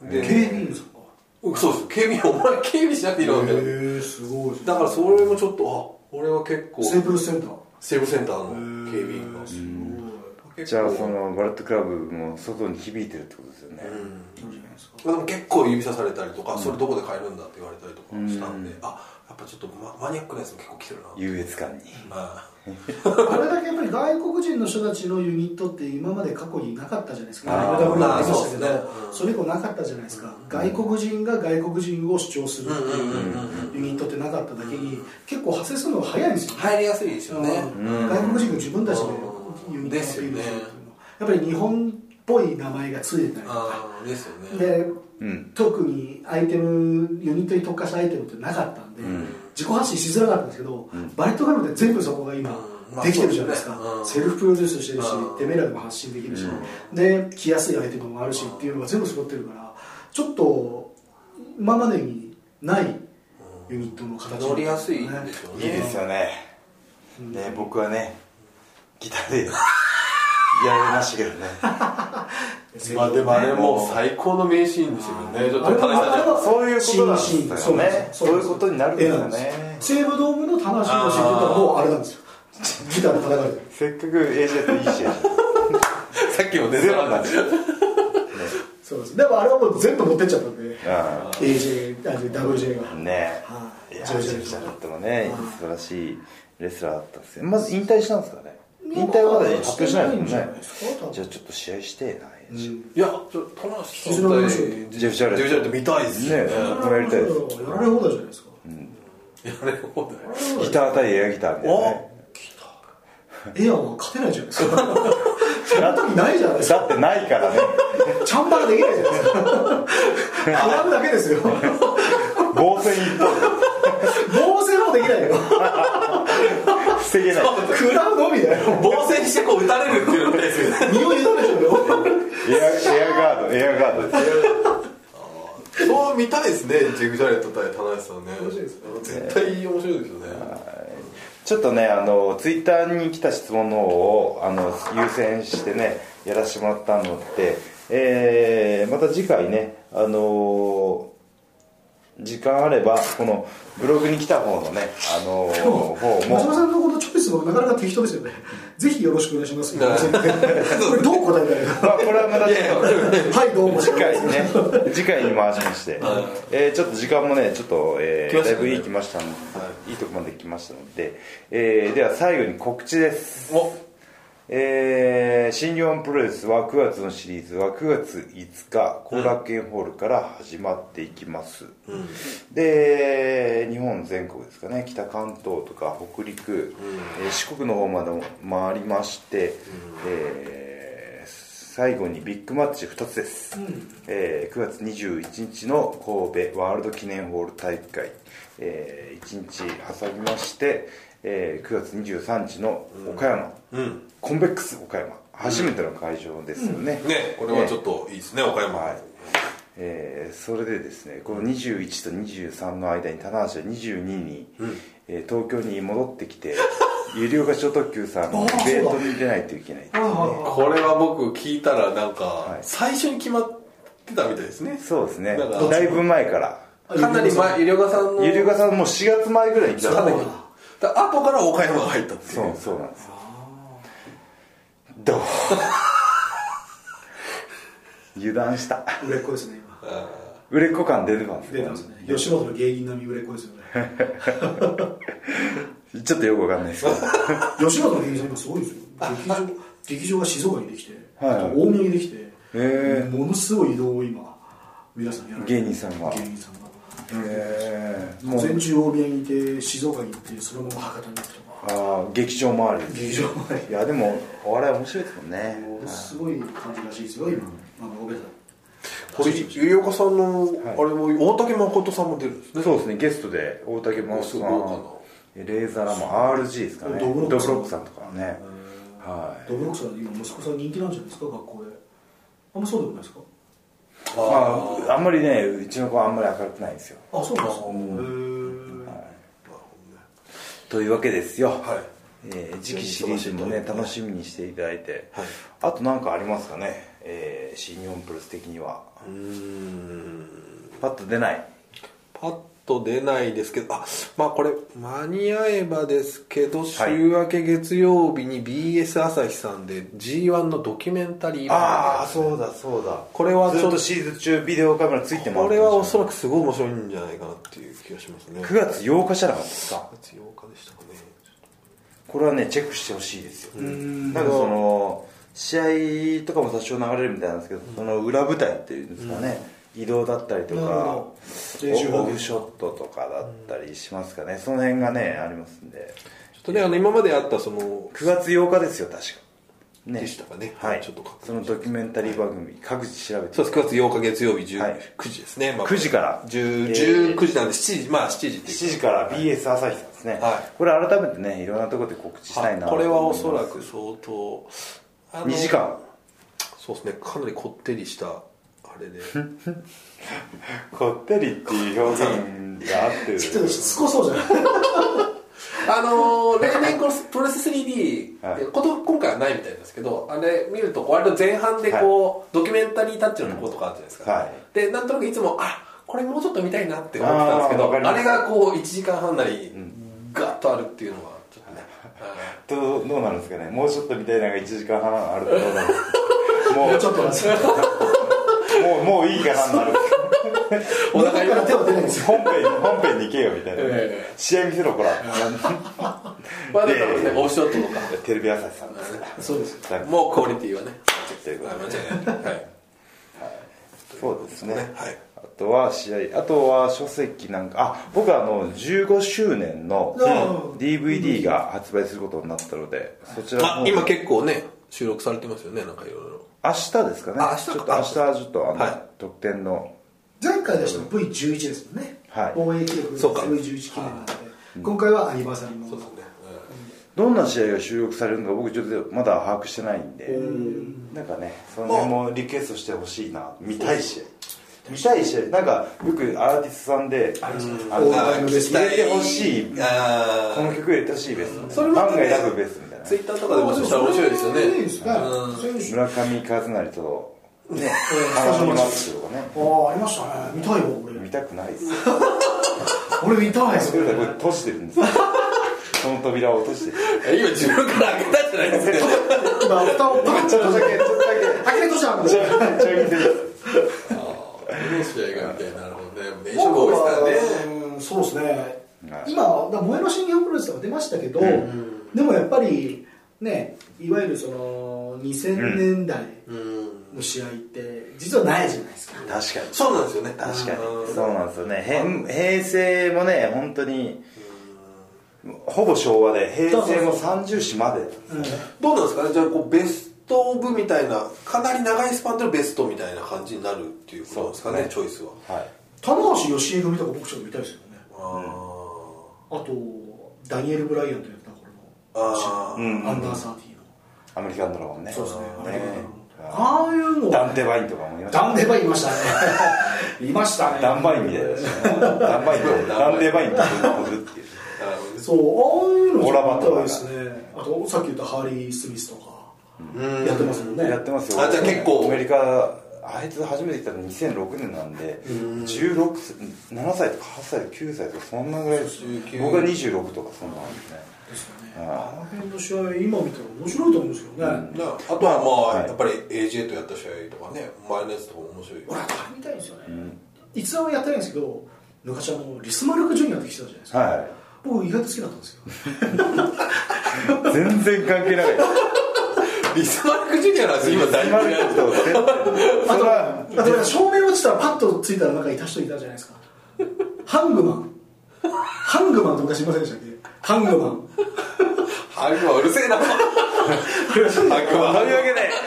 Speaker 2: かで
Speaker 3: 警備員さんか
Speaker 2: うんそうです警備員お前警備しなくていいのみたいな
Speaker 3: へえすごい
Speaker 2: だからそれもちょっとあ俺は結構
Speaker 3: セーブルセンター
Speaker 2: セーブセンターの警備員が
Speaker 3: すご
Speaker 2: 結構
Speaker 1: じゃあそのバレットクラブも外に響いてるってことですよね
Speaker 3: いいいんじゃないですか
Speaker 2: まあでも結構指さされたりとか、それどこで買えるんだって言われたりとかしたんで、あやっぱちょっとママニアックなやつも結構来てるな、
Speaker 1: 優越感に
Speaker 2: あ
Speaker 3: あれだけやっぱり外国人の人たちのユニットって今まで過去になかったじゃないですか
Speaker 1: あー
Speaker 3: WWE もありましたけ
Speaker 2: まあそうで
Speaker 3: ど
Speaker 2: すねうん
Speaker 3: それ以降なかったじゃないですか外国人が外国人を主張するって
Speaker 2: うんうんうん
Speaker 3: いううユニットってなかっただけに結構派生するのが早いんですよね
Speaker 2: 入りやすいですよね、
Speaker 3: うん外国人が自分たちでユニットをアピールするっていうのはやっぱり日本っぽい名前がついてたりとか
Speaker 2: ああですよね
Speaker 3: で
Speaker 1: うん
Speaker 3: 特にアイテムユニットに特化したアイテムってなかったんで、
Speaker 1: ん
Speaker 3: 自己発信しづらかったんですけど、バレットガムで全部そこが今、
Speaker 2: うんまあ
Speaker 3: できてるじゃないですか、
Speaker 2: そうです
Speaker 3: セ
Speaker 2: ね
Speaker 3: ルフプロデュースしてるし、
Speaker 2: うん
Speaker 3: デメラでも発信できるし、で着やすいアイテムもあるしっていうのが全部揃ってるからちょっと今までにないユニットの形
Speaker 2: 乗りやすいんでしょう
Speaker 1: いい
Speaker 2: ね
Speaker 1: ですよね
Speaker 3: うん
Speaker 1: ね僕はねギターでやられましたけど ね
Speaker 2: まあでもあれもう最高の名シーンですよねちょっ
Speaker 3: あれ
Speaker 2: と田
Speaker 3: も
Speaker 2: 中
Speaker 3: あれも
Speaker 2: さ
Speaker 1: そういうことなんですよね
Speaker 3: 新シーンそうなんですよ
Speaker 1: そういうことになるんですよね
Speaker 3: 絵な西武ドームの棚橋宏っていうのはもうあれなんですよギターで叩かれてる
Speaker 1: せっかく AJ といい試合
Speaker 2: んさっきも出て
Speaker 1: ゼロ
Speaker 2: た
Speaker 1: に
Speaker 2: ん
Speaker 1: な
Speaker 2: だ
Speaker 1: っ
Speaker 2: け
Speaker 1: ちゃ
Speaker 2: ど
Speaker 1: う
Speaker 3: そうですでもあれはもう全部持ってっちゃったんで
Speaker 1: あ
Speaker 3: AJ、あ WJ が。
Speaker 1: あね
Speaker 3: はい
Speaker 1: いや
Speaker 3: ジョー
Speaker 1: め
Speaker 3: ジ
Speaker 1: ちゃめちゃだったもね
Speaker 3: はい
Speaker 1: 素晴らしいレスラーだったんですよまず引退したんですかね引退はまだ発表しないですもんねじゃあちょっと試合してな
Speaker 3: うん
Speaker 1: い
Speaker 2: いやちょっと田中さん
Speaker 3: 絆の面白い
Speaker 1: ジェフジャレット
Speaker 2: ジェフジャレット見たいですよね
Speaker 1: ね僕もやりたいです
Speaker 3: やられ放題じゃないですか。
Speaker 2: やれ放題
Speaker 1: ギター対エアギターみたいなね
Speaker 2: お
Speaker 3: エアは勝てないじゃないですか。そんな時ないじゃないですか。
Speaker 1: だってないからね
Speaker 3: チャンバラできないじゃないですか。クラブだけですよ。
Speaker 1: 防戦一方
Speaker 3: 防戦もできないよ。
Speaker 1: 防げない
Speaker 3: クラブのみだよ。
Speaker 2: 防戦してこう打たれるっていうのみたいですけど
Speaker 3: 身を委ねてるよ。
Speaker 1: エアエアガードエアガードです
Speaker 2: そう見たいですねジェフ・ジャレット対田中さんね
Speaker 3: 面白いですね
Speaker 2: 絶対面白いですよね
Speaker 1: ちょっとねあのツイッターに来た質問の方をあの優先してねやらせてもらったので、えーまた次回ねあのー時間あればこのブログに来た方のねあのー方
Speaker 3: 松本
Speaker 1: も
Speaker 3: さんのこのチョイスもなかなか適当ですよね。ぜひよろしくお願いし ます。これどう答えたらいいの
Speaker 1: まあこれはまたちょっと
Speaker 3: はい、どうも。
Speaker 1: 次回にね 次回に回しまして、えーちょっと時間もねちょっと、えー
Speaker 2: 来ま
Speaker 1: だ
Speaker 2: した
Speaker 1: い
Speaker 2: ね
Speaker 1: ぶいいきましたので、い、いとこまで来ましたので、えーでは最後に告知です
Speaker 2: お
Speaker 1: えー、新日本プロレスは9月のシリーズは9月5日後楽園ホールから始まっていきます、で日本全国ですかね北関東とか北陸、えー四国の方までも回りまして、えー最後にビッグマッチ2つです、えー9月21日の神戸ワールド記念ホール大会、え1日挟みまして、えー9月23日の岡山、
Speaker 2: うん
Speaker 1: コンベックス岡山初めての会場ですよね、
Speaker 2: ねこれはちょっといいですね岡山
Speaker 1: はいえーそれでですねこの21と23の間に棚橋は22に、えー東京に戻ってきて有料合唱特急さんのイベントに出ないといけないっていうね
Speaker 2: これは僕聞いたらなんか最初に決まってたみたいですね
Speaker 1: そうですね
Speaker 2: だから
Speaker 1: だいぶ前から
Speaker 4: かなり前、医療家さんの。
Speaker 1: 有料合さんもう4月前ぐらいに来た
Speaker 4: かなり
Speaker 2: だから後から岡山が入ったっていう
Speaker 1: そうそうなんですよどう 油断した
Speaker 3: 売れっ子ですね今
Speaker 1: 売れっ子感出てます
Speaker 3: 出てますね吉本の芸人並み売れっ子ですよね
Speaker 1: ちょっとよくわかんないですけど
Speaker 3: 吉本の芸人さん今すごいですよ劇場劇場が静岡にできて、
Speaker 1: はい
Speaker 3: あと大宮にできて、
Speaker 1: へ
Speaker 3: ものすごい移動を今皆さんやられて
Speaker 1: 芸人さんが
Speaker 3: 芸人さんが
Speaker 1: えー、
Speaker 3: 午
Speaker 1: もう
Speaker 3: 前中大宮にいて静岡に行ってそのまま博多に行ってとか
Speaker 1: あー劇場周り
Speaker 3: 劇場まで
Speaker 1: いやでもお笑い面白いですもんね
Speaker 3: ものすごい感じらしいですよ今あの大部屋
Speaker 4: これ、有料家さんの、あれも、大竹誠さんも出るんですね。
Speaker 1: そうですねゲストで大竹真央さ
Speaker 4: すごい豪華なん
Speaker 1: レーザーラマン RG ですかね
Speaker 3: ドブロックさん
Speaker 1: ロックさんとかねはい
Speaker 3: ドブロックさん今息子さん人気なんじゃないですか学校であんまそうでもないですか
Speaker 1: まああんまりねうちの子はあんまり明るくないんですよ
Speaker 3: あそうなんですかへえ
Speaker 1: というわけですよ、
Speaker 2: はい
Speaker 1: えー次期シリーズもね楽しみにしていただいて、
Speaker 2: はい
Speaker 1: あと何かありますかね、えー新日本プロレス的には
Speaker 2: うーん
Speaker 1: パッと出ない
Speaker 2: パッと出ないですけどあまあこれ間に合えばですけど週明け月曜日に BS 朝日さんで G1 のドキュメンタリー
Speaker 1: ああそうだそうだ
Speaker 2: これはち
Speaker 1: ず
Speaker 2: ょっ
Speaker 1: っ
Speaker 2: と
Speaker 1: とシーズン中ビデオカメラついてます
Speaker 2: これはおそらくすごい面白いんじゃないかなっていう気がしますね
Speaker 1: 9月8日じゃなかったですか
Speaker 2: 9月8日でしたかね
Speaker 1: これはねチェックしてほしいですよなんかその試合とかも多少流れるみたいなんですけど、その裏舞台っていうんですかね、移動だったりと
Speaker 3: なる
Speaker 1: か
Speaker 3: ほど練習
Speaker 1: オ
Speaker 3: 方
Speaker 1: オ
Speaker 3: 面
Speaker 1: フショットとかだったりしますかね、その辺がねありますんで
Speaker 2: ちょっとねあの今まであったその
Speaker 1: 9月8日ですよ確かね
Speaker 2: でしたかね
Speaker 1: はい
Speaker 2: ちょっと確認して
Speaker 1: そのドキュメンタリー番組、各自調べて
Speaker 2: そうです9月8日月曜日10、
Speaker 1: はい
Speaker 2: 9時ですね、まあ、
Speaker 1: 9時から
Speaker 2: 10
Speaker 1: えー
Speaker 2: 19時なんで7時まあ7時っていう
Speaker 1: 7時から BS 朝日さんですね、
Speaker 2: はい
Speaker 1: これ改めてねいろんなところで告知したいな
Speaker 2: これはおそら
Speaker 1: と思い
Speaker 2: く相当あの
Speaker 1: ます2時間
Speaker 2: そうですねかなりこってりしたあれで
Speaker 1: こってりっていう表現があってる
Speaker 3: ちょっとしつこそうじゃない
Speaker 4: あのー、例年このプロレス 3D
Speaker 1: はい
Speaker 4: こと今回はないみたいなんですけどあれ見ると割と前半でこう、ドキュメンタリータッチのところとかあるじゃないですか、
Speaker 1: はい
Speaker 4: でなんとなくいつもあこれもうちょっと見たいなって思ってたんですけ
Speaker 1: あーわ
Speaker 4: ど
Speaker 1: かり
Speaker 4: あ
Speaker 1: ま
Speaker 4: れ
Speaker 1: す
Speaker 4: がこう1時間半なりガッとあるっていうのはちょっとね、はい
Speaker 1: どうどうなんですかねもうちょっとみたいなのが1時間半あるとどうなんですかも
Speaker 3: も
Speaker 1: う
Speaker 3: うちょっとなんですよ
Speaker 1: もうもういいかなになる
Speaker 3: お腹から手は出ないんですよ
Speaker 1: 本編本編に行けよみたいな、
Speaker 4: ええ
Speaker 1: 試合見せろほら
Speaker 4: まあでもね
Speaker 1: で
Speaker 4: オフショットとか
Speaker 1: テレビ朝日さんです
Speaker 3: そうです
Speaker 1: なんか
Speaker 4: もうクオリティはね
Speaker 1: というこ
Speaker 4: はい
Speaker 1: と
Speaker 4: 間
Speaker 1: で
Speaker 4: 違いない、はい
Speaker 1: そうですね、
Speaker 2: はい
Speaker 1: あとは試合あとは書籍なんかあ僕はあの15周年の
Speaker 3: うん
Speaker 1: DVD が発売することになったのでそちらの方
Speaker 2: あ今結構ね収録されてますよねなんかいろいろ
Speaker 1: 明日ですかね
Speaker 2: あ明日
Speaker 1: ち
Speaker 2: か
Speaker 1: ょっと明日ちょっとあの、
Speaker 2: はい
Speaker 1: 特典の
Speaker 3: 前回出したの V11 ですもんね
Speaker 1: はい
Speaker 3: 応援記録
Speaker 2: そうか
Speaker 3: V11 記念なので今回はアニバーサリーもの
Speaker 2: そうね
Speaker 1: どんな試合が収録されるのか僕ちょっとまだ把握してないんでなんかねその辺もリクエストしてほしいな見たい試合見たい試合なんかよくアーティストさんであの
Speaker 3: 大台のベスト
Speaker 1: 入れてほしい
Speaker 2: あ
Speaker 1: この曲入れてほしいベストみた
Speaker 4: それ
Speaker 1: いな
Speaker 4: も
Speaker 1: 番外ラブベストみたいな
Speaker 4: ツイッターとかでもそしたら面白いですよね
Speaker 3: いいですねそういう
Speaker 1: 村上和成とね
Speaker 3: ん
Speaker 1: 花島松とかね
Speaker 3: ああありましたね見たいよ俺
Speaker 1: 見たくないですよ
Speaker 3: 俺見たいそ
Speaker 1: それ
Speaker 3: れ
Speaker 1: これ閉じてるんですよその扉を閉じて る
Speaker 4: 今自分から開けたんじゃないですか
Speaker 3: 今蓋をパカッ
Speaker 1: ちょっとだけちょっとだ
Speaker 3: 開けとしたん
Speaker 1: け
Speaker 3: で
Speaker 1: ちょっとだけちょい見てみます
Speaker 4: どの試合がみたいななるほどね名勝負
Speaker 3: 僕
Speaker 4: 多いですからね
Speaker 3: はうんそうですね
Speaker 1: はい
Speaker 3: 今だから萌えの新日本プロレスとか出ましたけどでもやっぱりねいわゆるその2000年代の試合って実はないじゃないですか、
Speaker 1: 確かに
Speaker 2: そうなんですよね
Speaker 1: 確か
Speaker 2: うん
Speaker 1: にそうなんですよね変平成もね本当にほぼ昭和で平成も30子まで
Speaker 2: どうなんですかねじゃあこうベストオブみたいなかなり長いスパンでのベストみたいな感じになるっていうことなんですかね
Speaker 1: そうです
Speaker 2: チョイスは
Speaker 1: はい
Speaker 3: 棚橋義恵組とか僕ちょっと見たいですけどね
Speaker 2: あ
Speaker 3: あとダニエル・ブライアンとやった頃
Speaker 2: あー
Speaker 1: うん
Speaker 3: のアンダーサーティーの
Speaker 1: アメリカンドラゴンね
Speaker 3: そうですね
Speaker 1: ね
Speaker 3: ああいうの
Speaker 1: ダンテバインとかもいました
Speaker 3: ダンデバイいました ねいましたね
Speaker 1: ダンバインみたいなダンバインとダンデバインと飛ぶっていう
Speaker 2: なるほどね
Speaker 3: そうああいうの
Speaker 1: オラバト
Speaker 3: と
Speaker 1: ラ
Speaker 3: か
Speaker 1: が
Speaker 3: ですねあとさっき言ったハリー・スミスとか
Speaker 2: うん
Speaker 3: やってますもんね
Speaker 1: やってますよ
Speaker 2: あじゃあ結構
Speaker 1: アメリカあいつ初めて来たの2006年なんで16歳7歳とか8歳とか9歳とかそんなぐらいです
Speaker 2: 19
Speaker 1: 僕が26とかそんなんですね
Speaker 3: ですよね
Speaker 1: あ
Speaker 3: あの辺の試合今見たら面白いと思うんですけどね、
Speaker 2: なあとはまあ、
Speaker 1: はい
Speaker 2: やっぱり AJ とやった試合とかね前のやつとかも面白い
Speaker 3: 俺はあれ見たいんですよね、逸話はやってないんですけど昔あのリス・マルク・ジュニアって来てたじゃないですか、
Speaker 1: は
Speaker 3: 僕意外と好きだったんですよ
Speaker 1: い全然関係ない
Speaker 2: リスマルクジュニアなんですよ今大
Speaker 1: 今
Speaker 2: 丈
Speaker 1: の
Speaker 2: 夫
Speaker 1: 人絶対それは
Speaker 3: あと照明落ちたらパッとついたらなんかいた人いたじゃないですかハングマンハングマンとかしませんでしたっけハングマン
Speaker 2: ハグはうるせえな
Speaker 1: というわけで、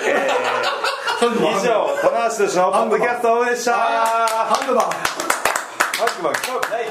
Speaker 1: えー、以上棚橋としのポッドキャストオブでした
Speaker 3: ハングマン
Speaker 1: ハックマン興味ない